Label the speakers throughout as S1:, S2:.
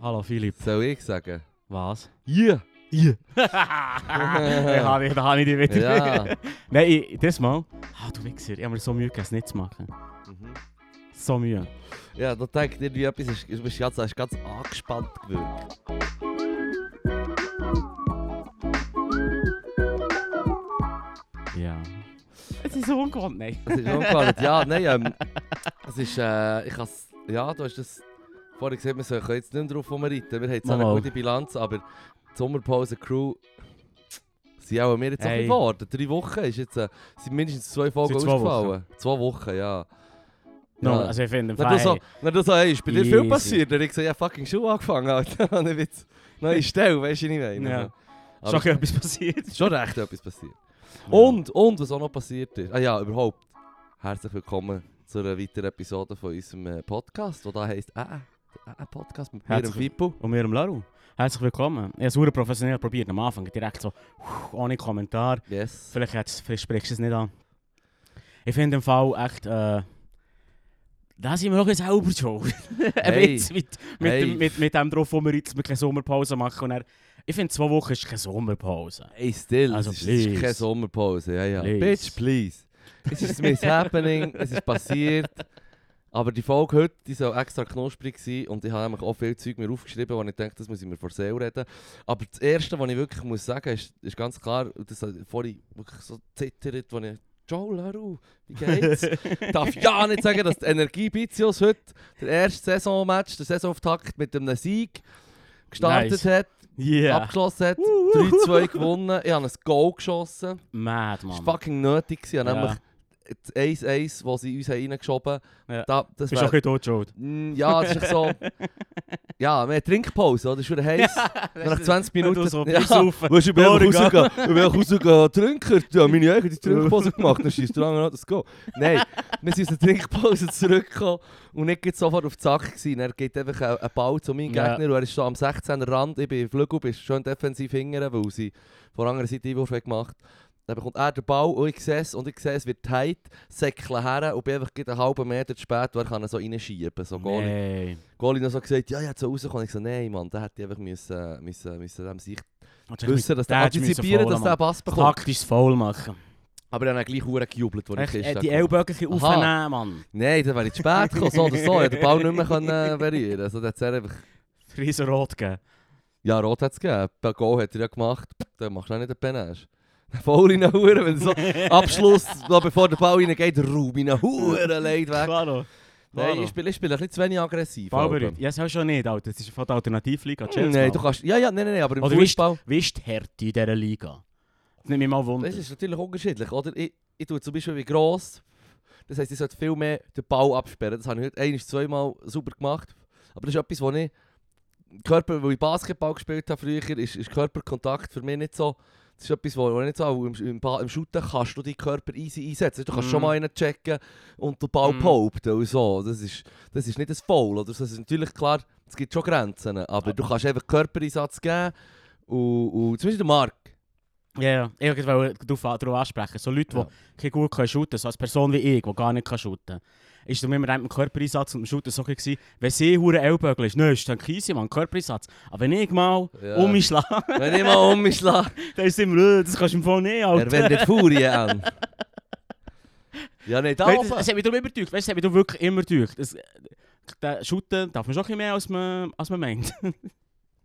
S1: Hallo Philipp.
S2: Soll ich sagen?
S1: Was?
S2: Ja!
S1: Ah, da habe ich, da habe ich dich wieder.
S2: Ja!
S1: Nein, ich, das Mal. Ah, du Wichser, ich habe mir so Mühe gegeben, es nicht zu machen.
S2: Mhm.
S1: So Mühe.
S2: Ja, da denkt irgendwie etwas, ist, du bist ganz, hast ganz angespannt gewirkt.
S1: Ja. Es ist so ungewohnt, nein.
S2: Das ist ungewohnt. ja, nein, ähm, es ist, äh, ich kann's, ja, du hast das vorhin gesagt, wir sollen- können jetzt nicht mehr drauf rumreiten. Wir haben jetzt auch eine
S1: Mal.
S2: gute Bilanz, aber die Sommerpause-Crew sind auch wir jetzt
S1: Hey.
S2: auch geworden. Drei Wochen ist jetzt, äh, sind mindestens zwei Folgen
S1: Sind zwei
S2: ausgefallen. Zwei Wochen, ja.
S1: No,
S2: Ja.
S1: also ich finde,
S2: Na du, so,
S1: hey,
S2: na du so, hey, ist bei dir viel
S1: Easy.
S2: passiert? Und ich so, ja, fucking Schuhe angefangen, Alter. Und ich bin neue Stelle, weißt du, wie ich meine?
S1: Ja.
S2: Aber
S1: schon etwas passiert.
S2: Schon recht etwas passiert. Und, und was auch noch passiert ist. Ah ja, überhaupt. Herzlich willkommen zu einer weiteren Episode von unserem äh, Podcast, der da heisst, äh, äh, äh, Podcast mit mir und
S1: Herzlich-
S2: Fippo.
S1: Und wir am Laru. Herzlich willkommen. Ich habe es verdammt professionell probiert am Anfang. Direkt so, uff, ohne Kommentar.
S2: Yes.
S1: Vielleicht, hat's- vielleicht sprichst du es nicht an. Ich finde im Fall echt. Äh, da sind wir auch jetzt selber schon. Ein
S2: Hey.
S1: Witz mit, mit,
S2: Hey.
S1: dem, mit, mit dem drauf, wo wir jetzt mit keine Sommerpause machen. Und dann, ich finde, zwei Wochen ist keine Sommerpause.
S2: Hey, still,
S1: Also,
S2: es, ist, es ist
S1: please.
S2: keine Sommerpause. Ja, ja.
S1: Please.
S2: Bitch, please. Es ist ein Mishappening, es ist passiert. Aber die Folge heute die soll extra knusprig sein und ich habe nämlich auch viel Zeug mir aufgeschrieben, wo ich denke, das muss ich mir vor Seel reden. Aber das Erste, was ich wirklich muss sagen muss, ist, ist ganz klar, und das hat vorhin wirklich so zittert, als ich «Joel, hör auf, wie geht's?» Ich darf ja nicht sagen, dass die Energie Bizios heute der erste Saisonmatch, der Saisonauftakt mit einem Sieg gestartet
S1: Nice.
S2: hat,
S1: Yeah.
S2: abgeschlossen hat,
S1: Wuhu.
S2: 3-2 gewonnen, ich habe ein Goal geschossen.
S1: Mad,
S2: Das
S1: Mann.
S2: war fucking nötig. gewesen. Ich habe
S1: Ja.
S2: nämlich das 1-1, das sie uns haben reingeschoben
S1: Ja.
S2: da, das
S1: Bist du auch
S2: wär,
S1: heute auch schuld?
S2: Mm, Ja, das ist echt so... Ja, wir haben Trinkpause, oder? Das ist schon heiß. Nach 20
S1: Wenn
S2: Minuten...
S1: du so
S2: ja,
S1: bist saufen.
S2: Willst du bei euch
S1: Sorry,
S2: rausgehen? Ich will rausgehen trinken. Ja, meine eigene Trinkpause gemacht. Dann schießt du lange an, das geht. Nein, wir sind aus der Trinkpause zurückgekommen und nicht gleich sofort auf die Sache gewesen. Er geht einfach einen- einen Ball zu meinem
S1: Ja.
S2: Gegner und er ist so am 16er Rand. Ich bin im Flügel, bin schön defensiv hingern, weil sie von der anderen Seite Einwurf gemacht dann bekommt er den Ball und ich sehe es, und ich sehe es wird tight, säckle her und bin einfach gleich einen halben Meter zu spät, weil er kann ihn so reinschieben, so Goalie.
S1: Nein.
S2: Goalie noch so gesagt, ja, ja, so rauskommen. Ich so, nein, Mann, da hätte ich einfach müssen, müssen, müssen dem Sicht
S1: Hast du
S2: wissen, dass
S1: den
S2: der
S1: hättest du müssen
S2: antizipieren, dass
S1: faulen
S2: der Pass
S1: machen.
S2: bekommt.
S1: Taktisch faul machen.
S2: Aber dann hat gleich hure gejubelt, als
S1: Echt,
S2: ich
S1: äh,
S2: Kiste
S1: die
S2: hatte.
S1: Ellbögen
S2: Aha.
S1: aufnehmen, Mann.
S2: Nein, dann wäre ich zu spät gekommen, so oder so. Ich hätte den Ball nicht mehr können berühren. Also, dann hat's er einfach...
S1: Riesenrot geben.
S2: Ja, Rot hat es gegeben. Ein Goal hat er ja gemacht. Pff, Dann machst du auch nicht den Penage. Voll in den Huren, wenn so Abschluss, noch bevor der Ball reingeht, Raum in den Huren, leid weg.
S1: Klaro.
S2: Nein, ich spiele, ich spiele ein bisschen zu wenig aggressiv. Alter.
S1: Bauberit. Ja, das hast du schon nicht, Alter. Das ist von der Alternativliga. Chills
S2: Nein,
S1: mal.
S2: du kannst... Ja, ja, nein, nein, nein, aber im
S1: Oder wie ist-
S2: Fußball...
S1: Wie ist die Härte in dieser Liga? Das nimmt mich mal Wunder.
S2: Das ist natürlich unterschiedlich, oder? Ich, ich tue zum Beispiel wie gross. Das heisst, ich sollte viel mehr den Ball absperren. Das habe ich heute ein- zweimal super gemacht. Aber das ist etwas, wo ich... Körper, weil ich Basketball gespielt habe früher, ist, ist Körperkontakt für mich nicht so... Das ist etwas, wo wo ich nicht so... auch Im, im, Ba- im Shooten kannst du deinen Körper easy einsetzen. Du kannst
S1: Mhm.
S2: schon mal einen checken und den Ball
S1: Mhm.
S2: behaupten und so. Das ist, das ist nicht ein Foul, oder? so. Das ist natürlich klar, es gibt schon Grenzen. Aber du kannst einfach Körpereinsatz geben und... und zum Beispiel der Marc.
S1: Ja, ja. Ich wollte darauf darauf ansprechen. So Leute, die
S2: Ja.
S1: kein gut können shooten, so als Person wie ich, die gar nicht kann shooten kann, ist mir mit dem Körpereinsatz und dem Shooten so gewesen, wenn sie hure Ellbögen ist, nein, ist dann Kiesi, Mann, Körpereinsatz. Aber wenn ich mal
S2: Ja.
S1: um mich schlage,
S2: Wenn ich mal um mich schlage...
S1: dann ist es immer, äh, das kannst du im Fall nicht, Alter.
S2: Er wendet Furie an. Ja, nee, da
S1: Weet je,
S2: oben.
S1: das hat mich darum immer getäuscht. Weißt du, das hat mich darum wirklich immer getäuscht. Das, der Shooten darf man schon ein bisschen mehr, als man, als man meint.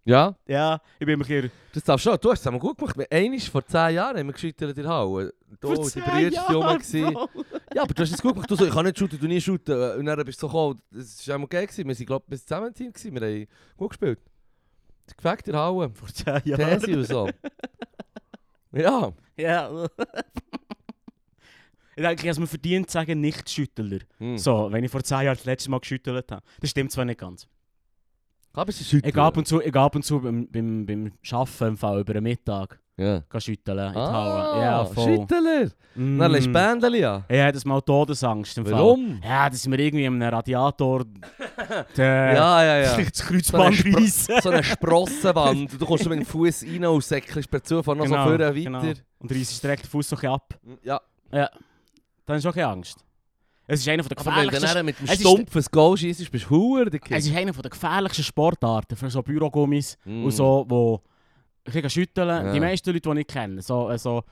S2: Ja,
S1: ja, ich bin immer hier.
S2: das darfst du schon. Du hast es einmal gut gemacht. Einmal vor 10 Jahren haben wir gescheitert in Halle. Da
S1: Vor
S2: waren die
S1: zehn
S2: Brüder
S1: Jahren,
S2: rum. gewesen.
S1: Bro.
S2: Ja, aber du hast es gut gemacht. Du so, ich kann nicht shooten, du nie shooten. Eh, Und dann bist du so gekommen. Das war einmal geil. gewesen. Wir waren, glaube ich, zusammen im Team. Gewesen. Wir haben gut gespielt. Das Gefeckt in Halle.
S1: Vor zehn Jahren.
S2: These und so. Ja,
S1: Ja. ich denke, ich habe es mir verdient zu sagen, nicht Schüttler.
S2: hm.
S1: So, wenn ich vor zehn Jahren das letzte Mal geschüttelt habe. Das stimmt zwar nicht ganz.
S2: aber es ist heute.
S1: Ich gehe ab und zu, ich gehe ab und zu beim, beim, beim Arbeiten im Fall über den Mittag
S2: Ja.
S1: gehe schütteln. in die
S2: Ah, Hmm.
S1: Halle. Ja, voll.
S2: Schüttler.
S1: Mm.
S2: Dann lässt du Bändchen an.
S1: Ich hatte das mal Todesangst im Fall.
S2: Warum?
S1: Ja, das ist mir irgendwie an einem Radiator. Der,
S2: Ja, ja, ja.
S1: Das Kreuzband
S2: So eine Spr-
S1: reissen.
S2: so eine Sprossenwand. Du kommst mit dem Fuß rein und säckelst per Zufall noch
S1: Genau,
S2: so vorne weiter.
S1: Und reißt direkt den Fuß so ein bisschen ab.
S2: Ja,
S1: Dann hast du auch keine Angst. Es ist einer der
S2: Aber wenn du
S1: gefährlichsten
S2: dann mit dem
S1: Es ist-
S2: Stumpf ein Goal schießt, bist du Huer der
S1: Es
S2: Kind.
S1: ist einer der gefährlichsten Sportarten für so Bürogummis
S2: Hm,
S1: und so, wo ein bisschen schütteln.
S2: Mm. Ja.
S1: Die meisten Leute, die ich kenne, so, äh, so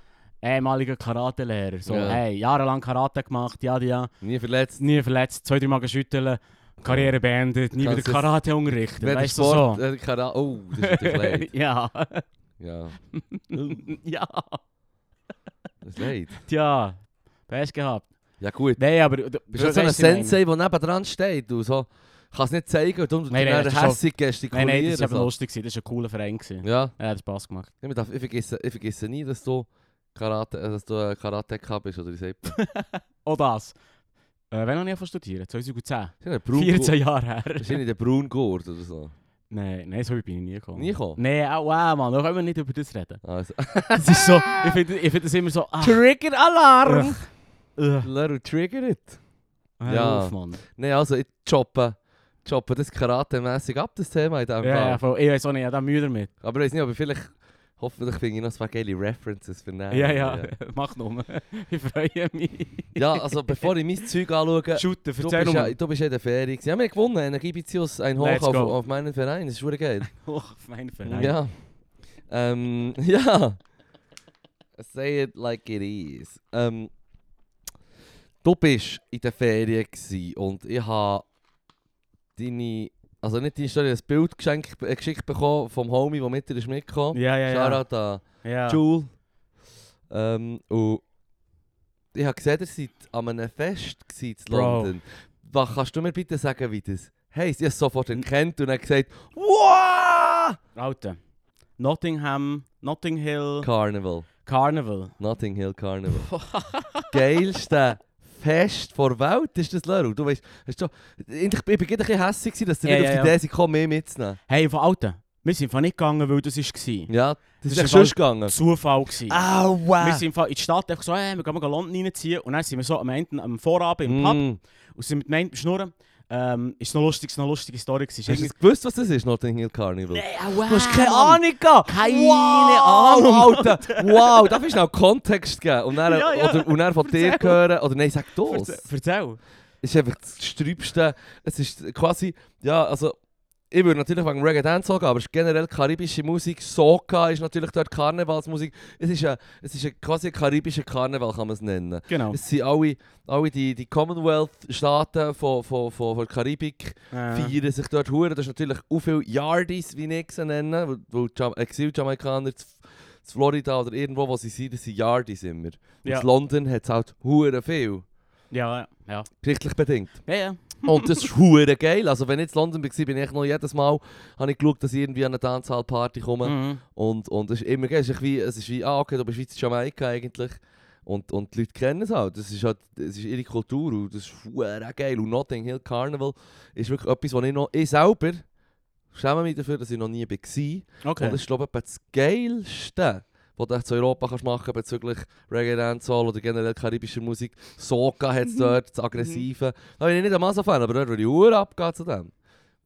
S1: ehemalige Karatelehrer, so,
S2: Ja.
S1: hey, jahrelang Karate gemacht, ja, ja,
S2: Nie verletzt.
S1: nie verletzt, zwei, drei Mal geschütteln, Karriere beendet, nie
S2: Kannst
S1: wieder
S2: jetzt-
S1: Karate unterrichtet.
S2: Wenn der
S1: Weißt du
S2: Sport...
S1: so?
S2: äh, Kara- Oh, das ist natürlich leid.
S1: ja,
S2: Ja,
S1: ja,
S2: das ist leid.
S1: tja, best gehabt.
S2: Ja gut.
S1: Nein, aber. du-
S2: Bist du
S1: weißt
S2: so ein
S1: was ich meine?
S2: Sensei, der nebendran steht und so... Kann es nicht zeigen und darum tut
S1: Nein, nein,
S2: er
S1: das ist schon-
S2: hässig
S1: Nein,
S2: gestikulieren.
S1: nein, das war eben
S2: so.
S1: lustig, gewesen, das war ein cooler Verein. gewesen.
S2: Ja,
S1: Ja, hat Spass gemacht.
S2: ich, darf, ich, vergesse, ich vergesse nie, dass du Karate, äh, dass du äh, Karateka bist oder ich sag, das
S1: Auch Oh, das. Äh, wann habe ich studieren? 2010.
S2: ist ja ein Braun-
S1: 14 Jahre her.
S2: Wahrscheinlich der Braungurt oder so.
S1: Nein, nein, so weit bin ich nie gekommen.
S2: Nie gekommen?
S1: Nein, auch wow, Mann, da können wir nicht über das reden.
S2: Also,
S1: Es ist so, ich finde ich find das immer so, ah,
S2: Trigger
S1: Alarm! äh,
S2: Little Trigger it.
S1: hör
S2: Ja.
S1: auf, Mann.
S2: Nein, also ich choppe, choppe das karatemässig ab, das Thema in dem
S1: Ja,
S2: Fall.
S1: ja, voll. ich weiß auch nicht, ich habe da Mühe damit.
S2: Aber ich weiß nicht, aber vielleicht, hoffentlich finde ich noch zwei geile References für nachher.
S1: ja, ja, mach nur. Ich freue mich.
S2: Ja, also bevor ich mein Zeug anschaue,
S1: Shooten,
S2: du
S1: erzähl
S2: bist, ja,
S1: mal.
S2: du bist ja in der Ferie. gewesen. Ja, wir haben gewonnen, Energiebeziehungs, ein Hoch
S1: Let's
S2: auf,
S1: go.
S2: auf meinen Verein, das ist schon geil.
S1: Och, mein Verein.
S2: Ja. Ähm, ja. Say it like it is. Ähm, du bist in der Ferien gsi und ich habe deine, also nicht deine Story, ein Bild geschenkt, äh, geschickt bekommen vom Homie, der mit dir ist mitgekommen.
S1: Ja, ja, ja.
S2: Shoutout an
S1: ja.
S2: Jule. Ähm, und ich habe gesehen, ihr seid an einem Fest gsi in
S1: Bro.
S2: London. Was kannst du mir bitte sagen, wie das heisst? Ich habe sofort erkannt und dann gesagt, wow!
S1: Alter. Nottingham, Notting Hill,
S2: Carnival.
S1: Carnival.
S2: Notting Hill Carnival. Geilste Fest vor Welt ist das Leru. Du weißt, hast du, ich, ich bin gerade ein bisschen hässlich, gewesen, dass du
S1: Ja,
S2: nicht
S1: ja,
S2: auf die
S1: ja.
S2: Idee kam, mich mitzunehmen.
S1: Hey, von Alter, wir sind von nicht gegangen, weil das war.
S2: Ja, Ah.
S1: ist
S2: das, ist echt
S1: im
S2: sonst gegangen.
S1: Zufall. Gewesen. Wir
S2: Aua!
S1: sind im Fall in die Stadt einfach so, hey, wir gehen mal Land reinziehen. Und dann sind wir so am Ende, am Vorabend im Pub
S2: Mm.
S1: und sind mit dem einen Schnurren. Ähm, ist noch lustig, ist noch lustige Story. gewesen. Ist
S2: Hast du
S1: irgendwie-
S2: es gewusst, was das ist, Notting Hill Carnival?
S1: Ey, ah, wow,
S2: Du hast keine
S1: Mann.
S2: Ahnung gehabt!
S1: Keine
S2: wow,
S1: Ahnung,
S2: Alter! Wow, darf ich noch Kontext geben? Und dann,
S1: Ja, ja.
S2: Oder, und dann von dir
S1: Erzähl.
S2: hören, oder nein, sag das!
S1: Verze- Erzähl.
S2: ist einfach das Sträubste. Es ist quasi, ja, also ich würde natürlich wegen Reggae Dance sagen, aber es ist generell karibische Musik. Soca ist natürlich dort Karnevalsmusik. Es ist, ein, es ist ein, quasi ein karibischer Karneval, kann man es nennen.
S1: Genau.
S2: Es sind alle, alle die, die Commonwealth-Staaten von, von, von, von der Karibik
S1: Äh,
S2: feiern sich dort hure. Das ist natürlich auch viel Yardies, wie ich sie nenne, weil- weil Jam Exil-Jamaikaner zu zu Florida oder irgendwo, wo sie sind, das sind Yardies immer. Und
S1: Ja.
S2: in London hat es halt hure viel,
S1: ja, ja.
S2: geschichtlich bedingt.
S1: Ja, ja.
S2: Und das ist hure geil. Also wenn ich in London war, bin ich noch jedes Mal, habe ich geschaut, dass ich irgendwie an eine Tanzhallparty komme.
S1: Mhm.
S2: Und, und es ist immer geil. Es ist wie, es ist wie ah okay, du bist wie in Jamaika eigentlich. Und, und die Leute kennen es halt. Das ist halt, das ist ihre Kultur und das ist hure geil. Und Notting Hill Carnival ist wirklich etwas, was ich noch, ich selber, schäme mich dafür, dass ich noch nie war. Und
S1: Okay.
S2: das ist, glaube ich, etwa das Geilste, was du echt in Europa kannst machen bezüglich Reggae Dancehall oder generell karibischer Musik. Soca hat es dort, das Aggressive. Da bin ich nicht ein Massa-Fan, aber dort würde ich Uhr abgehen zu dem.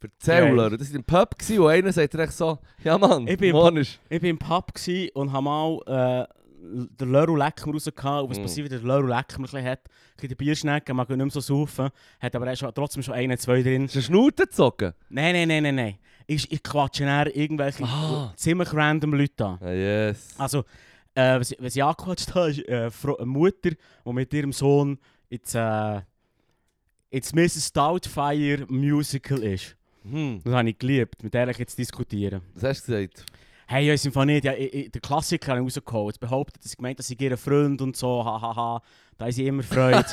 S2: Erzähl,
S1: Geil.
S2: Leute. Das war im Pub, gewesen, wo einer sagt direkt so, ja Mann,
S1: Ich bin im
S2: morgen ist...
S1: Ich war im Pub gewesen und habe mal äh, den Lörl Leckmer rausgehauen. Und was
S2: Mhm.
S1: passiert, wenn der Lörl Leckmer ein bisschen hat, ein bisschen den Bierschnecken, mag nicht mehr so saufen, hat aber auch schon, trotzdem schon einen, zwei drin.
S2: Ist eine Schnute gezogen?
S1: Nein, nein, nein, nein, nein. Ich, ich quatsche näher irgendwelche
S2: Ah.
S1: ziemlich random Leute an.
S2: Ah, yes.
S1: Also, äh, was, ich- was ich angequatscht habe, ist äh, Fro- eine Mutter, die mit ihrem Sohn jetzt, äh, jetzt Mrs. Doubtfire Musical ist.
S2: Hm.
S1: Das habe ich geliebt, mit der ich jetzt diskutieren.
S2: Was hast du gesagt?
S1: Hey, ja, ist im Fall nicht. Ja, ich, ich, der Klassiker habe ich rausgeholt. Behauptet, dass ich gemeint dass ich ihren Freund und so, hahaha, ha, ha. da ist sie immer freut.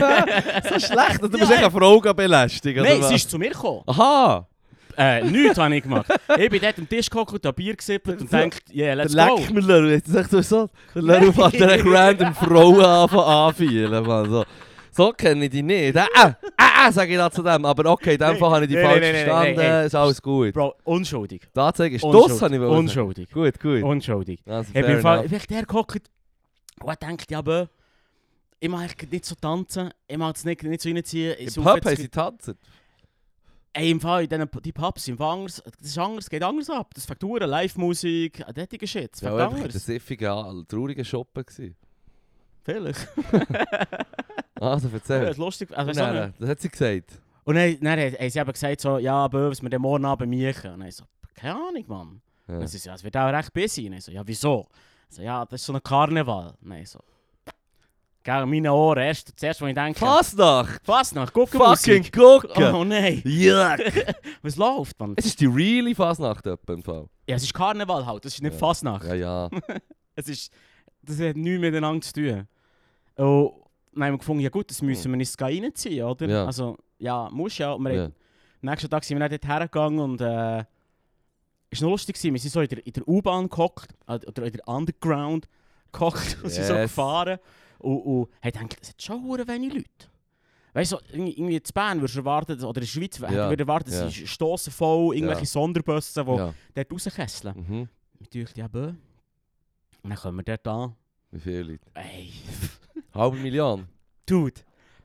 S2: so schlecht, du
S1: bist echt
S2: eine Frau belästigt,
S1: Nein, sie ist zu mir gekommen.
S2: Aha!
S1: Äh, nichts habe ich gemacht. Ich bin dort am Tisch gehockt und habe Bier gesippelt und denkt, yeah,
S2: Der
S1: let's go.
S2: leckt mir Leru, jetzt sagt er so, der Leru
S1: Nein.
S2: fährt er echt random Frauen anfangen anfühlen, Mann. So, so kenne ich dich nicht. Äh, äh, äh, sage ich da zu dem. Aber okay, in dem Fall habe ich dich
S1: Nein,
S2: falsch
S1: nein, nein, nein,
S2: verstanden,
S1: nein, nein.
S2: ist alles gut.
S1: Bro, unschuldig.
S2: Die Anzeige ist
S1: Unschuldig.
S2: das, habe ich wollen sagen.
S1: Unschuldig.
S2: Gut, gut.
S1: Unschuldig.
S2: Also,
S1: Ich
S2: fair
S1: bin im Fall,
S2: enough.
S1: ich bin echt der gehockt und ich denkt, ja, bö, ich mag eigentlich nicht so tanzen, ich mag dus es nicht, nicht so reinziehen. Ich
S2: Im
S1: suche
S2: Pub
S1: jetzt-
S2: haben sie tanzen.
S1: Ey, im Fall, in diesen, die Pubs sind anders, das ist anders, geht anders ab. Das fängt an, Live-Musik, an derartige Shit, das
S2: Ja,
S1: fängt
S2: einfach in der
S1: anders.
S2: siffige, traurige Shoppen gewesen.
S1: Vielleicht.
S2: Also,
S1: Ja,
S2: erzähl.
S1: ist lustig. Also,
S2: Und
S1: weißt du,
S2: dann, das hat sie gesagt.
S1: Und dann, dann haben haben sie eben gesagt, so, ja, Böbs, wir den morgen Abend miechen. Und dann so, keine Ahnung, Mann.
S2: Ja.
S1: Und dann sie so, ja, es wird auch recht busy. Und dann so, ja, wieso? So, ja, das ist so ein Karneval. Und dann so, gell, meine Ohren, erst, das erste, was ich denke,
S2: Fasnacht!
S1: fast noch, guck
S2: Fucking gucken!
S1: Oh nein,
S2: Yuck!
S1: was läuft, Mann?
S2: Es ist die reale Fasnacht etwa im Fall.
S1: Ja, es ist Karneval halt, es ist nicht
S2: Ja.
S1: Fasnacht.
S2: Ja, ja.
S1: Es ist, das hat nichts miteinander zu tun. Und dann haben wir gefunden, ja gut, das müssen wir uns reinziehen, oder?
S2: Ja.
S1: Also, ja, muss ja. Wir
S2: ja.
S1: haben- Am nächsten Tag sind wir dann dort hergegangen und äh, es war noch lustig, gewesen. wir sind so in der, in der U-Bahn gehockt, äh, oder in der Underground gehockt und sind so
S2: Yes.
S1: gefahren und, und haben gedacht, es hat schon verdammt wenige Leute. Weißt du, so, irgendwie irgendwie in Bern würdest du erwarten, oder in der Schweiz ja.
S2: Ja,
S1: würdest du erwarten, es
S2: ja.
S1: ist stossen voll, irgendwelche
S2: Ja.
S1: Sonderbusse, die
S2: ja.
S1: dort rauskesseln.
S2: Mhm.
S1: Ich dachte, ja, bö. Und dann kommen wir dort an.
S2: Wie viele Leute?
S1: Ey,
S2: Halbe Million?
S1: dude,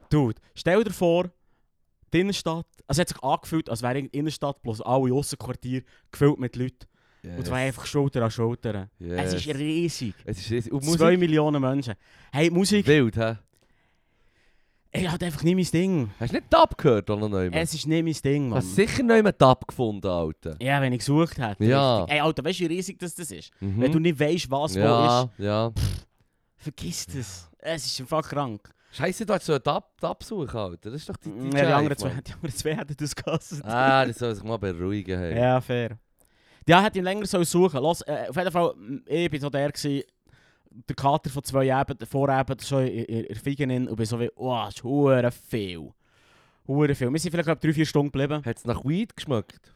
S1: dude, stell dir vor, die Innenstadt, also es hat sich angefühlt, als wäre die Innenstadt plus alle Aussenquartier gefüllt mit Leuten. Und zwar einfach Schulter an Schulter.
S2: Yes.
S1: Es ist riesig.
S2: Es ist riesig. Und Musik?
S1: Zwei Millionen Menschen. Hey, die Musik,
S2: Wild, hä?
S1: ich hat einfach nicht mein Ding.
S2: Hast du nicht Dab gehört, oder noch jemand?
S1: Es ist nicht mein Ding, Mann.
S2: Hast sicher noch jemand Dab gefunden, Alter.
S1: Ja, wenn ich gesucht hätte.
S2: Ja.
S1: Richtig. Ey, Alter, weißt du, wie riesig das, das ist?
S2: Mhm.
S1: Wenn du nicht weißt, was wo ist,
S2: ja, ja.
S1: vergiss das. Es ist einfach krank.
S2: Scheiße, du hast so einen Dab, Dab suchen, Alter. Das ist doch die,
S1: Mm, Ja,
S2: die
S1: Die, anderen zwei, die anderen zwei hätten das gehasst.
S2: Ah, das soll sich mal beruhigen. Hey.
S1: dus Ja, fair. Ja, hätte ihn länger sollen suchen Los, äh, Auf jeden Fall, m, ich bin so der gewesen, der Kater von zwei Abenden, Vorabend, so in- in in Figenin und bin so wie, wow, das ist hure viel. Hure viel. Wir sind vielleicht etwa drei, vier Stunden geblieben.
S2: Hat es nach Weed geschmeckt?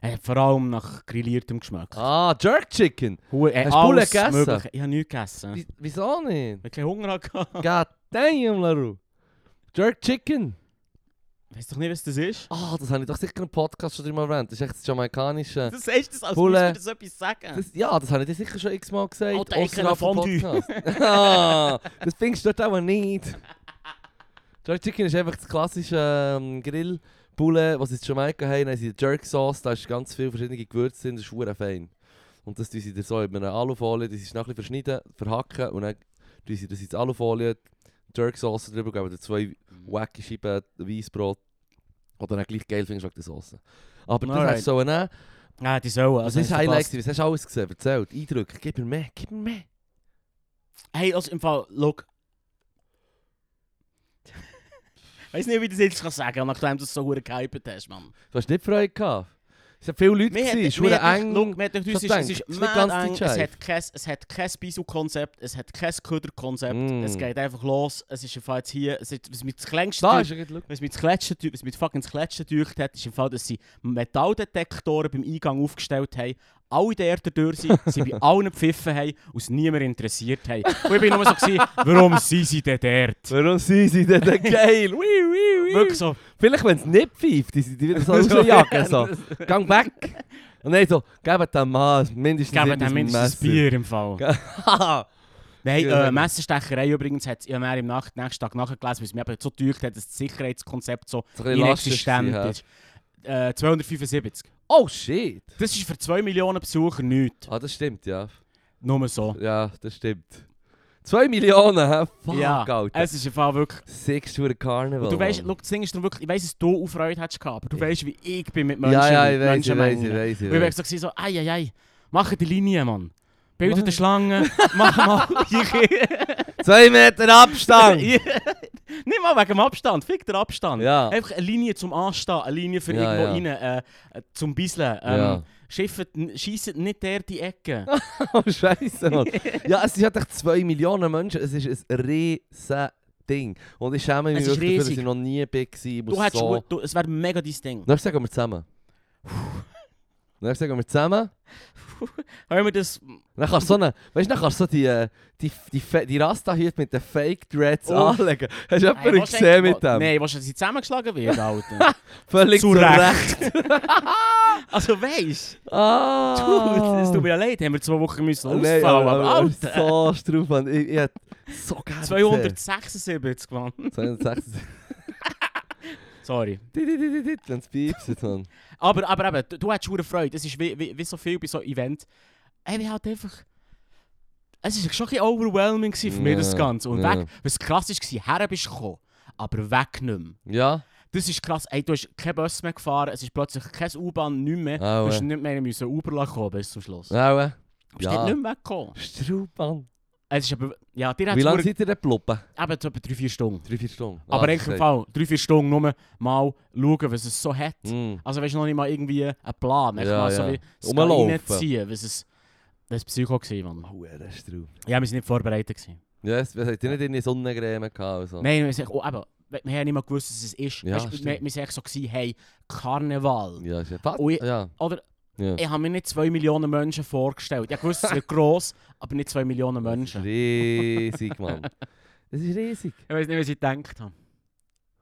S1: Äh, vor allem nach grilliertem Geschmack.
S2: Ah, Jerk Chicken.
S1: Hure, äh,
S2: Hast du Bullen
S1: alles
S2: gegessen?
S1: Mögliche. Ich habe nichts gegessen.
S2: Wie- Wieso nicht?
S1: Weil ich keinen Hunger hatte.
S2: God damn, Laru. Jerk Chicken.
S1: Weißt doch nicht, was das ist?
S2: Ah, das habe ich doch sicher im Podcast schon dreimal erwähnt. Das ist echt eh, das jamaikanische...
S1: Das sagst du das, als
S2: Bullen.
S1: müsste mir das etwas sagen.
S2: Das, ja, das habe ich dir sicher schon x-mal gesagt.
S1: Alter, ich
S2: ausserhalb
S1: kenne
S2: vom
S1: Fondue.
S2: Podcast. ah, das findest du dort auch nicht. Jerk Chicken ist einfach das klassische ähm, Grillbulle, was sie in Jamaika haben. Da haben sie Jerk Sauce, da ist ganz viele verschiedene Gewürze drin, das ist verdammt fein. Und das tun sie dann so in einer Alufolie, das ist noch ein bisschen verschneiden, verhacken und dann tun sie das in die Alufolie, Jerk Sauce drüber, geben dann zwei
S1: Mhm.
S2: wacky Scheiben Weissbrot. Oder dann gleich geil findest du wegen der Sauce. Aber das
S1: Alright.
S2: hast du so nehmen.
S1: Ah, die sollen.
S2: Was
S1: Also
S2: ist
S1: hast du
S2: Highlight?
S1: verpasst.
S2: gewesen? Was hast du alles gesehen? Erzählt. Eindrücke. Gib mir mehr. Gib mir mehr.
S1: Hey, also im Fall, look. Weiß nicht, wie ich das jetzt kann sagen kann, nachdem du es so hure gehypet hast, Mann.
S2: Du hast nicht Freude gehabt. Es waren viele
S1: hat-
S2: Leute. gewesen, Es
S1: mir
S2: war
S1: hat-
S2: eng.
S1: Look, mir hat gedacht,
S2: Ich
S1: es ist,
S2: hab
S1: es ist
S2: gedacht, es
S1: mad
S2: ist nicht ganz
S1: eng,
S2: die
S1: es
S2: Scheibe.
S1: hat kein, es hat kein Bisou-Konzept, es hat kein Köder-Konzept,
S2: Mm.
S1: es geht einfach los, es ist einfach jetzt hier, es ist, was mich das kleinste
S2: Da Ah, ist
S1: deucht-
S2: er gerade.
S1: was mich das kleinste deucht- was mich fucking das kleinste deucht hat, ist im Fall, dass sie Metalldetektoren beim Eingang aufgestellt haben, alle der Erde durch sind, sie bei allen gepfiffen haben und es niemand interessiert haben. Und ich bin nur so gewesen, warum sind sie denn dort?
S2: Warum sind sie denn da geil? Wii, wii, wii.
S1: Wirklich so,
S2: Vielleicht, wenn es nicht pfeift, die sind die wieder so
S1: So,
S2: rausjagen.
S1: ja.
S2: So. Gang weg. Und dann so, gebt dem Mann mindestens
S1: geben
S2: etwas
S1: dem
S2: mit
S1: mindestens ein
S2: Messer.
S1: Bier im Fall.
S2: Haha.
S1: Nein,
S2: Ja, genau.
S1: äh,
S2: eben.
S1: Messerstecherei übrigens hat ja mehr im Nacht, nächsten Tag nachgelesen, weil es mir eben so teucht hat, dass das Sicherheitskonzept so
S2: Das war ein bisschen lastisch
S1: inexistent
S2: gewesen, hä?
S1: ist. Äh, 275.
S2: Oh shit.
S1: Das ist für 2 Millionen Besucher nichts.
S2: Ah, das stimmt, ja.
S1: Nur so.
S2: Ja, das stimmt. 2 Millionen, hä? Fuck,
S1: ja,
S2: Alter.
S1: es ist im Fall wirklich.
S2: Sechs Stunden Karneval.
S1: Und du weißt,
S2: Mann.
S1: schau, das Ding ist darum wirklich, ich weiss, dass du auch Freude hättest gehabt, aber du
S2: Ja.
S1: weißt, wie ich bin mit Menschen.
S2: Ja, ja,
S1: mit
S2: ich weiß, ich weiß,
S1: Menschenmengen.
S2: ich weiß. Ich
S1: Und ich war
S2: weiß.
S1: so, gewesen, so, ei, ei, ei, mach die Linie, Mann. Bildet
S2: Mann.
S1: eine Schlange, mach mal.
S2: Zwei Meter Abstand!
S1: Ja. Nicht mal wegen dem Abstand, fick der Abstand.
S2: ja.
S1: Einfach eine Linie zum Anstehen, eine Linie für
S2: Ja,
S1: irgendwo
S2: ja.
S1: rein, äh, äh, zum Bisseln. Ähm,
S2: Ja.
S1: schiffet n- schiesset nicht der die Ecke.
S2: Oh, Scheiße, Mann. ja, es sind halt echt 2 Millionen Menschen. Es ist ein riesen Ding. Und ich schäme mich
S1: Es ist
S2: wirklich dafür, dass
S1: riesig.
S2: ich noch nie bin. gewesen. Ich muss
S1: Du hättest
S2: so...
S1: gut, du, es wäre mega dein Ding.
S2: Dann sagen wir zusammen. Dann sagen wir zusammen.
S1: Hören wir das.
S2: Dann kannst du so, eine, weißt, du, dann kannst du so die, äh, die, die, Fe- die Rasta hier mit den Fake Dreads
S1: Oh.
S2: anlegen. Hast du
S1: Hey,
S2: jemanden
S1: willst du
S2: gesehen
S1: eigentlich-
S2: mit dem?
S1: Nein, willst du, dass sie zusammengeschlagen wird, Alter?
S2: Völlig
S1: Zu
S2: zu Recht.
S1: also weißt du,
S2: Ah.
S1: es tut mir leid, haben wir zwei Wochen müssen
S2: Nein,
S1: ausfallen.
S2: aber-
S1: aber
S2: aber
S1: Alter,
S2: So strauf, Mann. Ich, ich hätte so gerne gesehen.
S1: 276, Mann.
S2: 260.
S1: Sorry.
S2: Wenn es piepst, Mann.
S1: Aber, aber eben, du, du hast schon Freude. Es ist wie, wie, wie so viel bei so Event. Ey, wir halt einfach. es war schon ein bisschen overwhelming gewesen für mich, das
S2: Ja,
S1: Ganze. Und
S2: ja.
S1: weg, was krass war, her bist du gekommen, aber weg nicht mehr.
S2: Ja,
S1: Das ist krass. Ey, du hast kein Bus mehr gefahren, es ist plötzlich keine U-Bahn, nichts mehr.
S2: Ah,
S1: du hast
S2: ouais.
S1: nicht mehr müssen Uber lassen kommen bis zum Schluss.
S2: auch. äh.
S1: Du bist
S2: ja.
S1: dort nicht mehr weggekommen.
S2: Straubmann.
S1: Es ist aber, ja, dir hat
S2: Wie
S1: es
S2: lange
S1: nur-
S2: seid ihr denn ploppen?
S1: eben so etwa 3-4 Stunden.
S2: Drei, vier Stunden.
S1: aber
S2: Ah,
S1: eigentlich im
S2: das
S1: Fall 3-4 Stunden nur mal schauen, was es so hat.
S2: geht. Mm.
S1: Also weißt du noch nicht mal irgendwie einen Plan. Echt
S2: Ja,
S1: mal so
S2: ja.
S1: wie es
S2: Rumlaufen.
S1: reinziehen, was es... Das war Psycho, gewesen, Mann.
S2: Hure Straub.
S1: Ja, wir waren nicht vorbereitet. Gewesen.
S2: Yes, wir hatten nicht in die Sonnencreme gehabt. Also.
S1: Nein, wir sind, oh, eben, wir wir haben nicht mal gewusst, was es ist.
S2: Ja,
S1: weißt, du, wir,
S2: stimmt.
S1: wir sind echt so, gewesen, hey, Karneval.
S2: Ja, ist ja. Fuck,
S1: Ui.
S2: Ja.
S1: Oder
S2: ja.
S1: ich habe mir nicht 2 Millionen Menschen vorgestellt. Ich wusste, es wird gross, aber nicht 2 Millionen
S2: Das ist
S1: Menschen.
S2: riesig, Mann. Das ist riesig.
S1: Ich weiß nicht, was ich gedacht habe.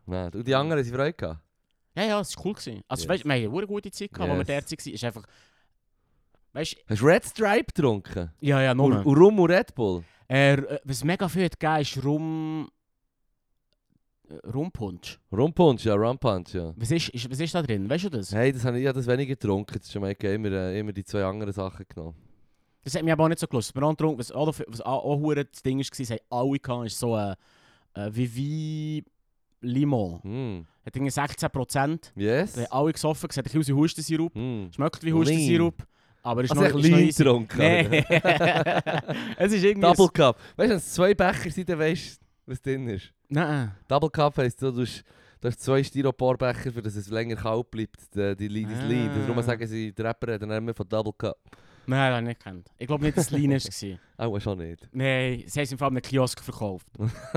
S2: Nein. Und die anderen sind Freude gehabt.
S1: Ja, ja, es war cool. Gewesen. Also,
S2: Yes.
S1: weißt, wir hatten eine verdammt gute Zeit, gehabt, als wir
S2: Yes.
S1: dort waren. Es ist einfach. Weißt du,
S2: Hast du Red Stripe getrunken?
S1: ja, ja,
S2: Und,
S1: nur.
S2: und Rum und Red Bull?
S1: Er, äh, was mega viel hat gegeben ist Rum. äh, Rumpunsch.
S2: Rumpunch, ja, Rumpunch, ja.
S1: Was ist, ist, was ist da drin? Weißt du das?
S2: Hey, das habe ich, ich habe das weniger getrunken. Das ist schon mal immer, äh, immer die zwei anderen Sachen genommen.
S1: Das hat mich aber auch nicht so gelöst. Wir haben getrunken, was auch, was auch, auch hure das Ding war, das haben alle gehabt, ist so ein äh, Vivi Limon.
S2: Mm.
S1: Hat irgendwie 16%.
S2: Yes?
S1: Das haben alle gesoffen, sieht ein bisschen aus wie Hustensirup.
S2: Mm.
S1: Schmeckt wie Hustensirup. Aber ist
S2: Also
S1: noch
S2: ich Lean
S1: ist noch
S2: getrunken.
S1: easy.
S2: Alter.
S1: Nee. es ist irgendwie...
S2: Double Cup. Weißt du, wenn es zwei Becher sind, dann weißt du, was drin ist.
S1: Nein.
S2: Double Cup heisst, du, du hast, du hast zwei Styroporbecher, für dass es länger kalt bleibt, die, die, die, das Lean.
S1: Ah.
S2: Darum sagen sie, die Rapper reden immer von Double Cup.
S1: Nein, das habe ich nicht gekannt. Ich glaube nicht, dass es Lean war.
S2: Auch schon nicht.
S1: Nein, sie haben es im Fall in einem Kiosk verkauft.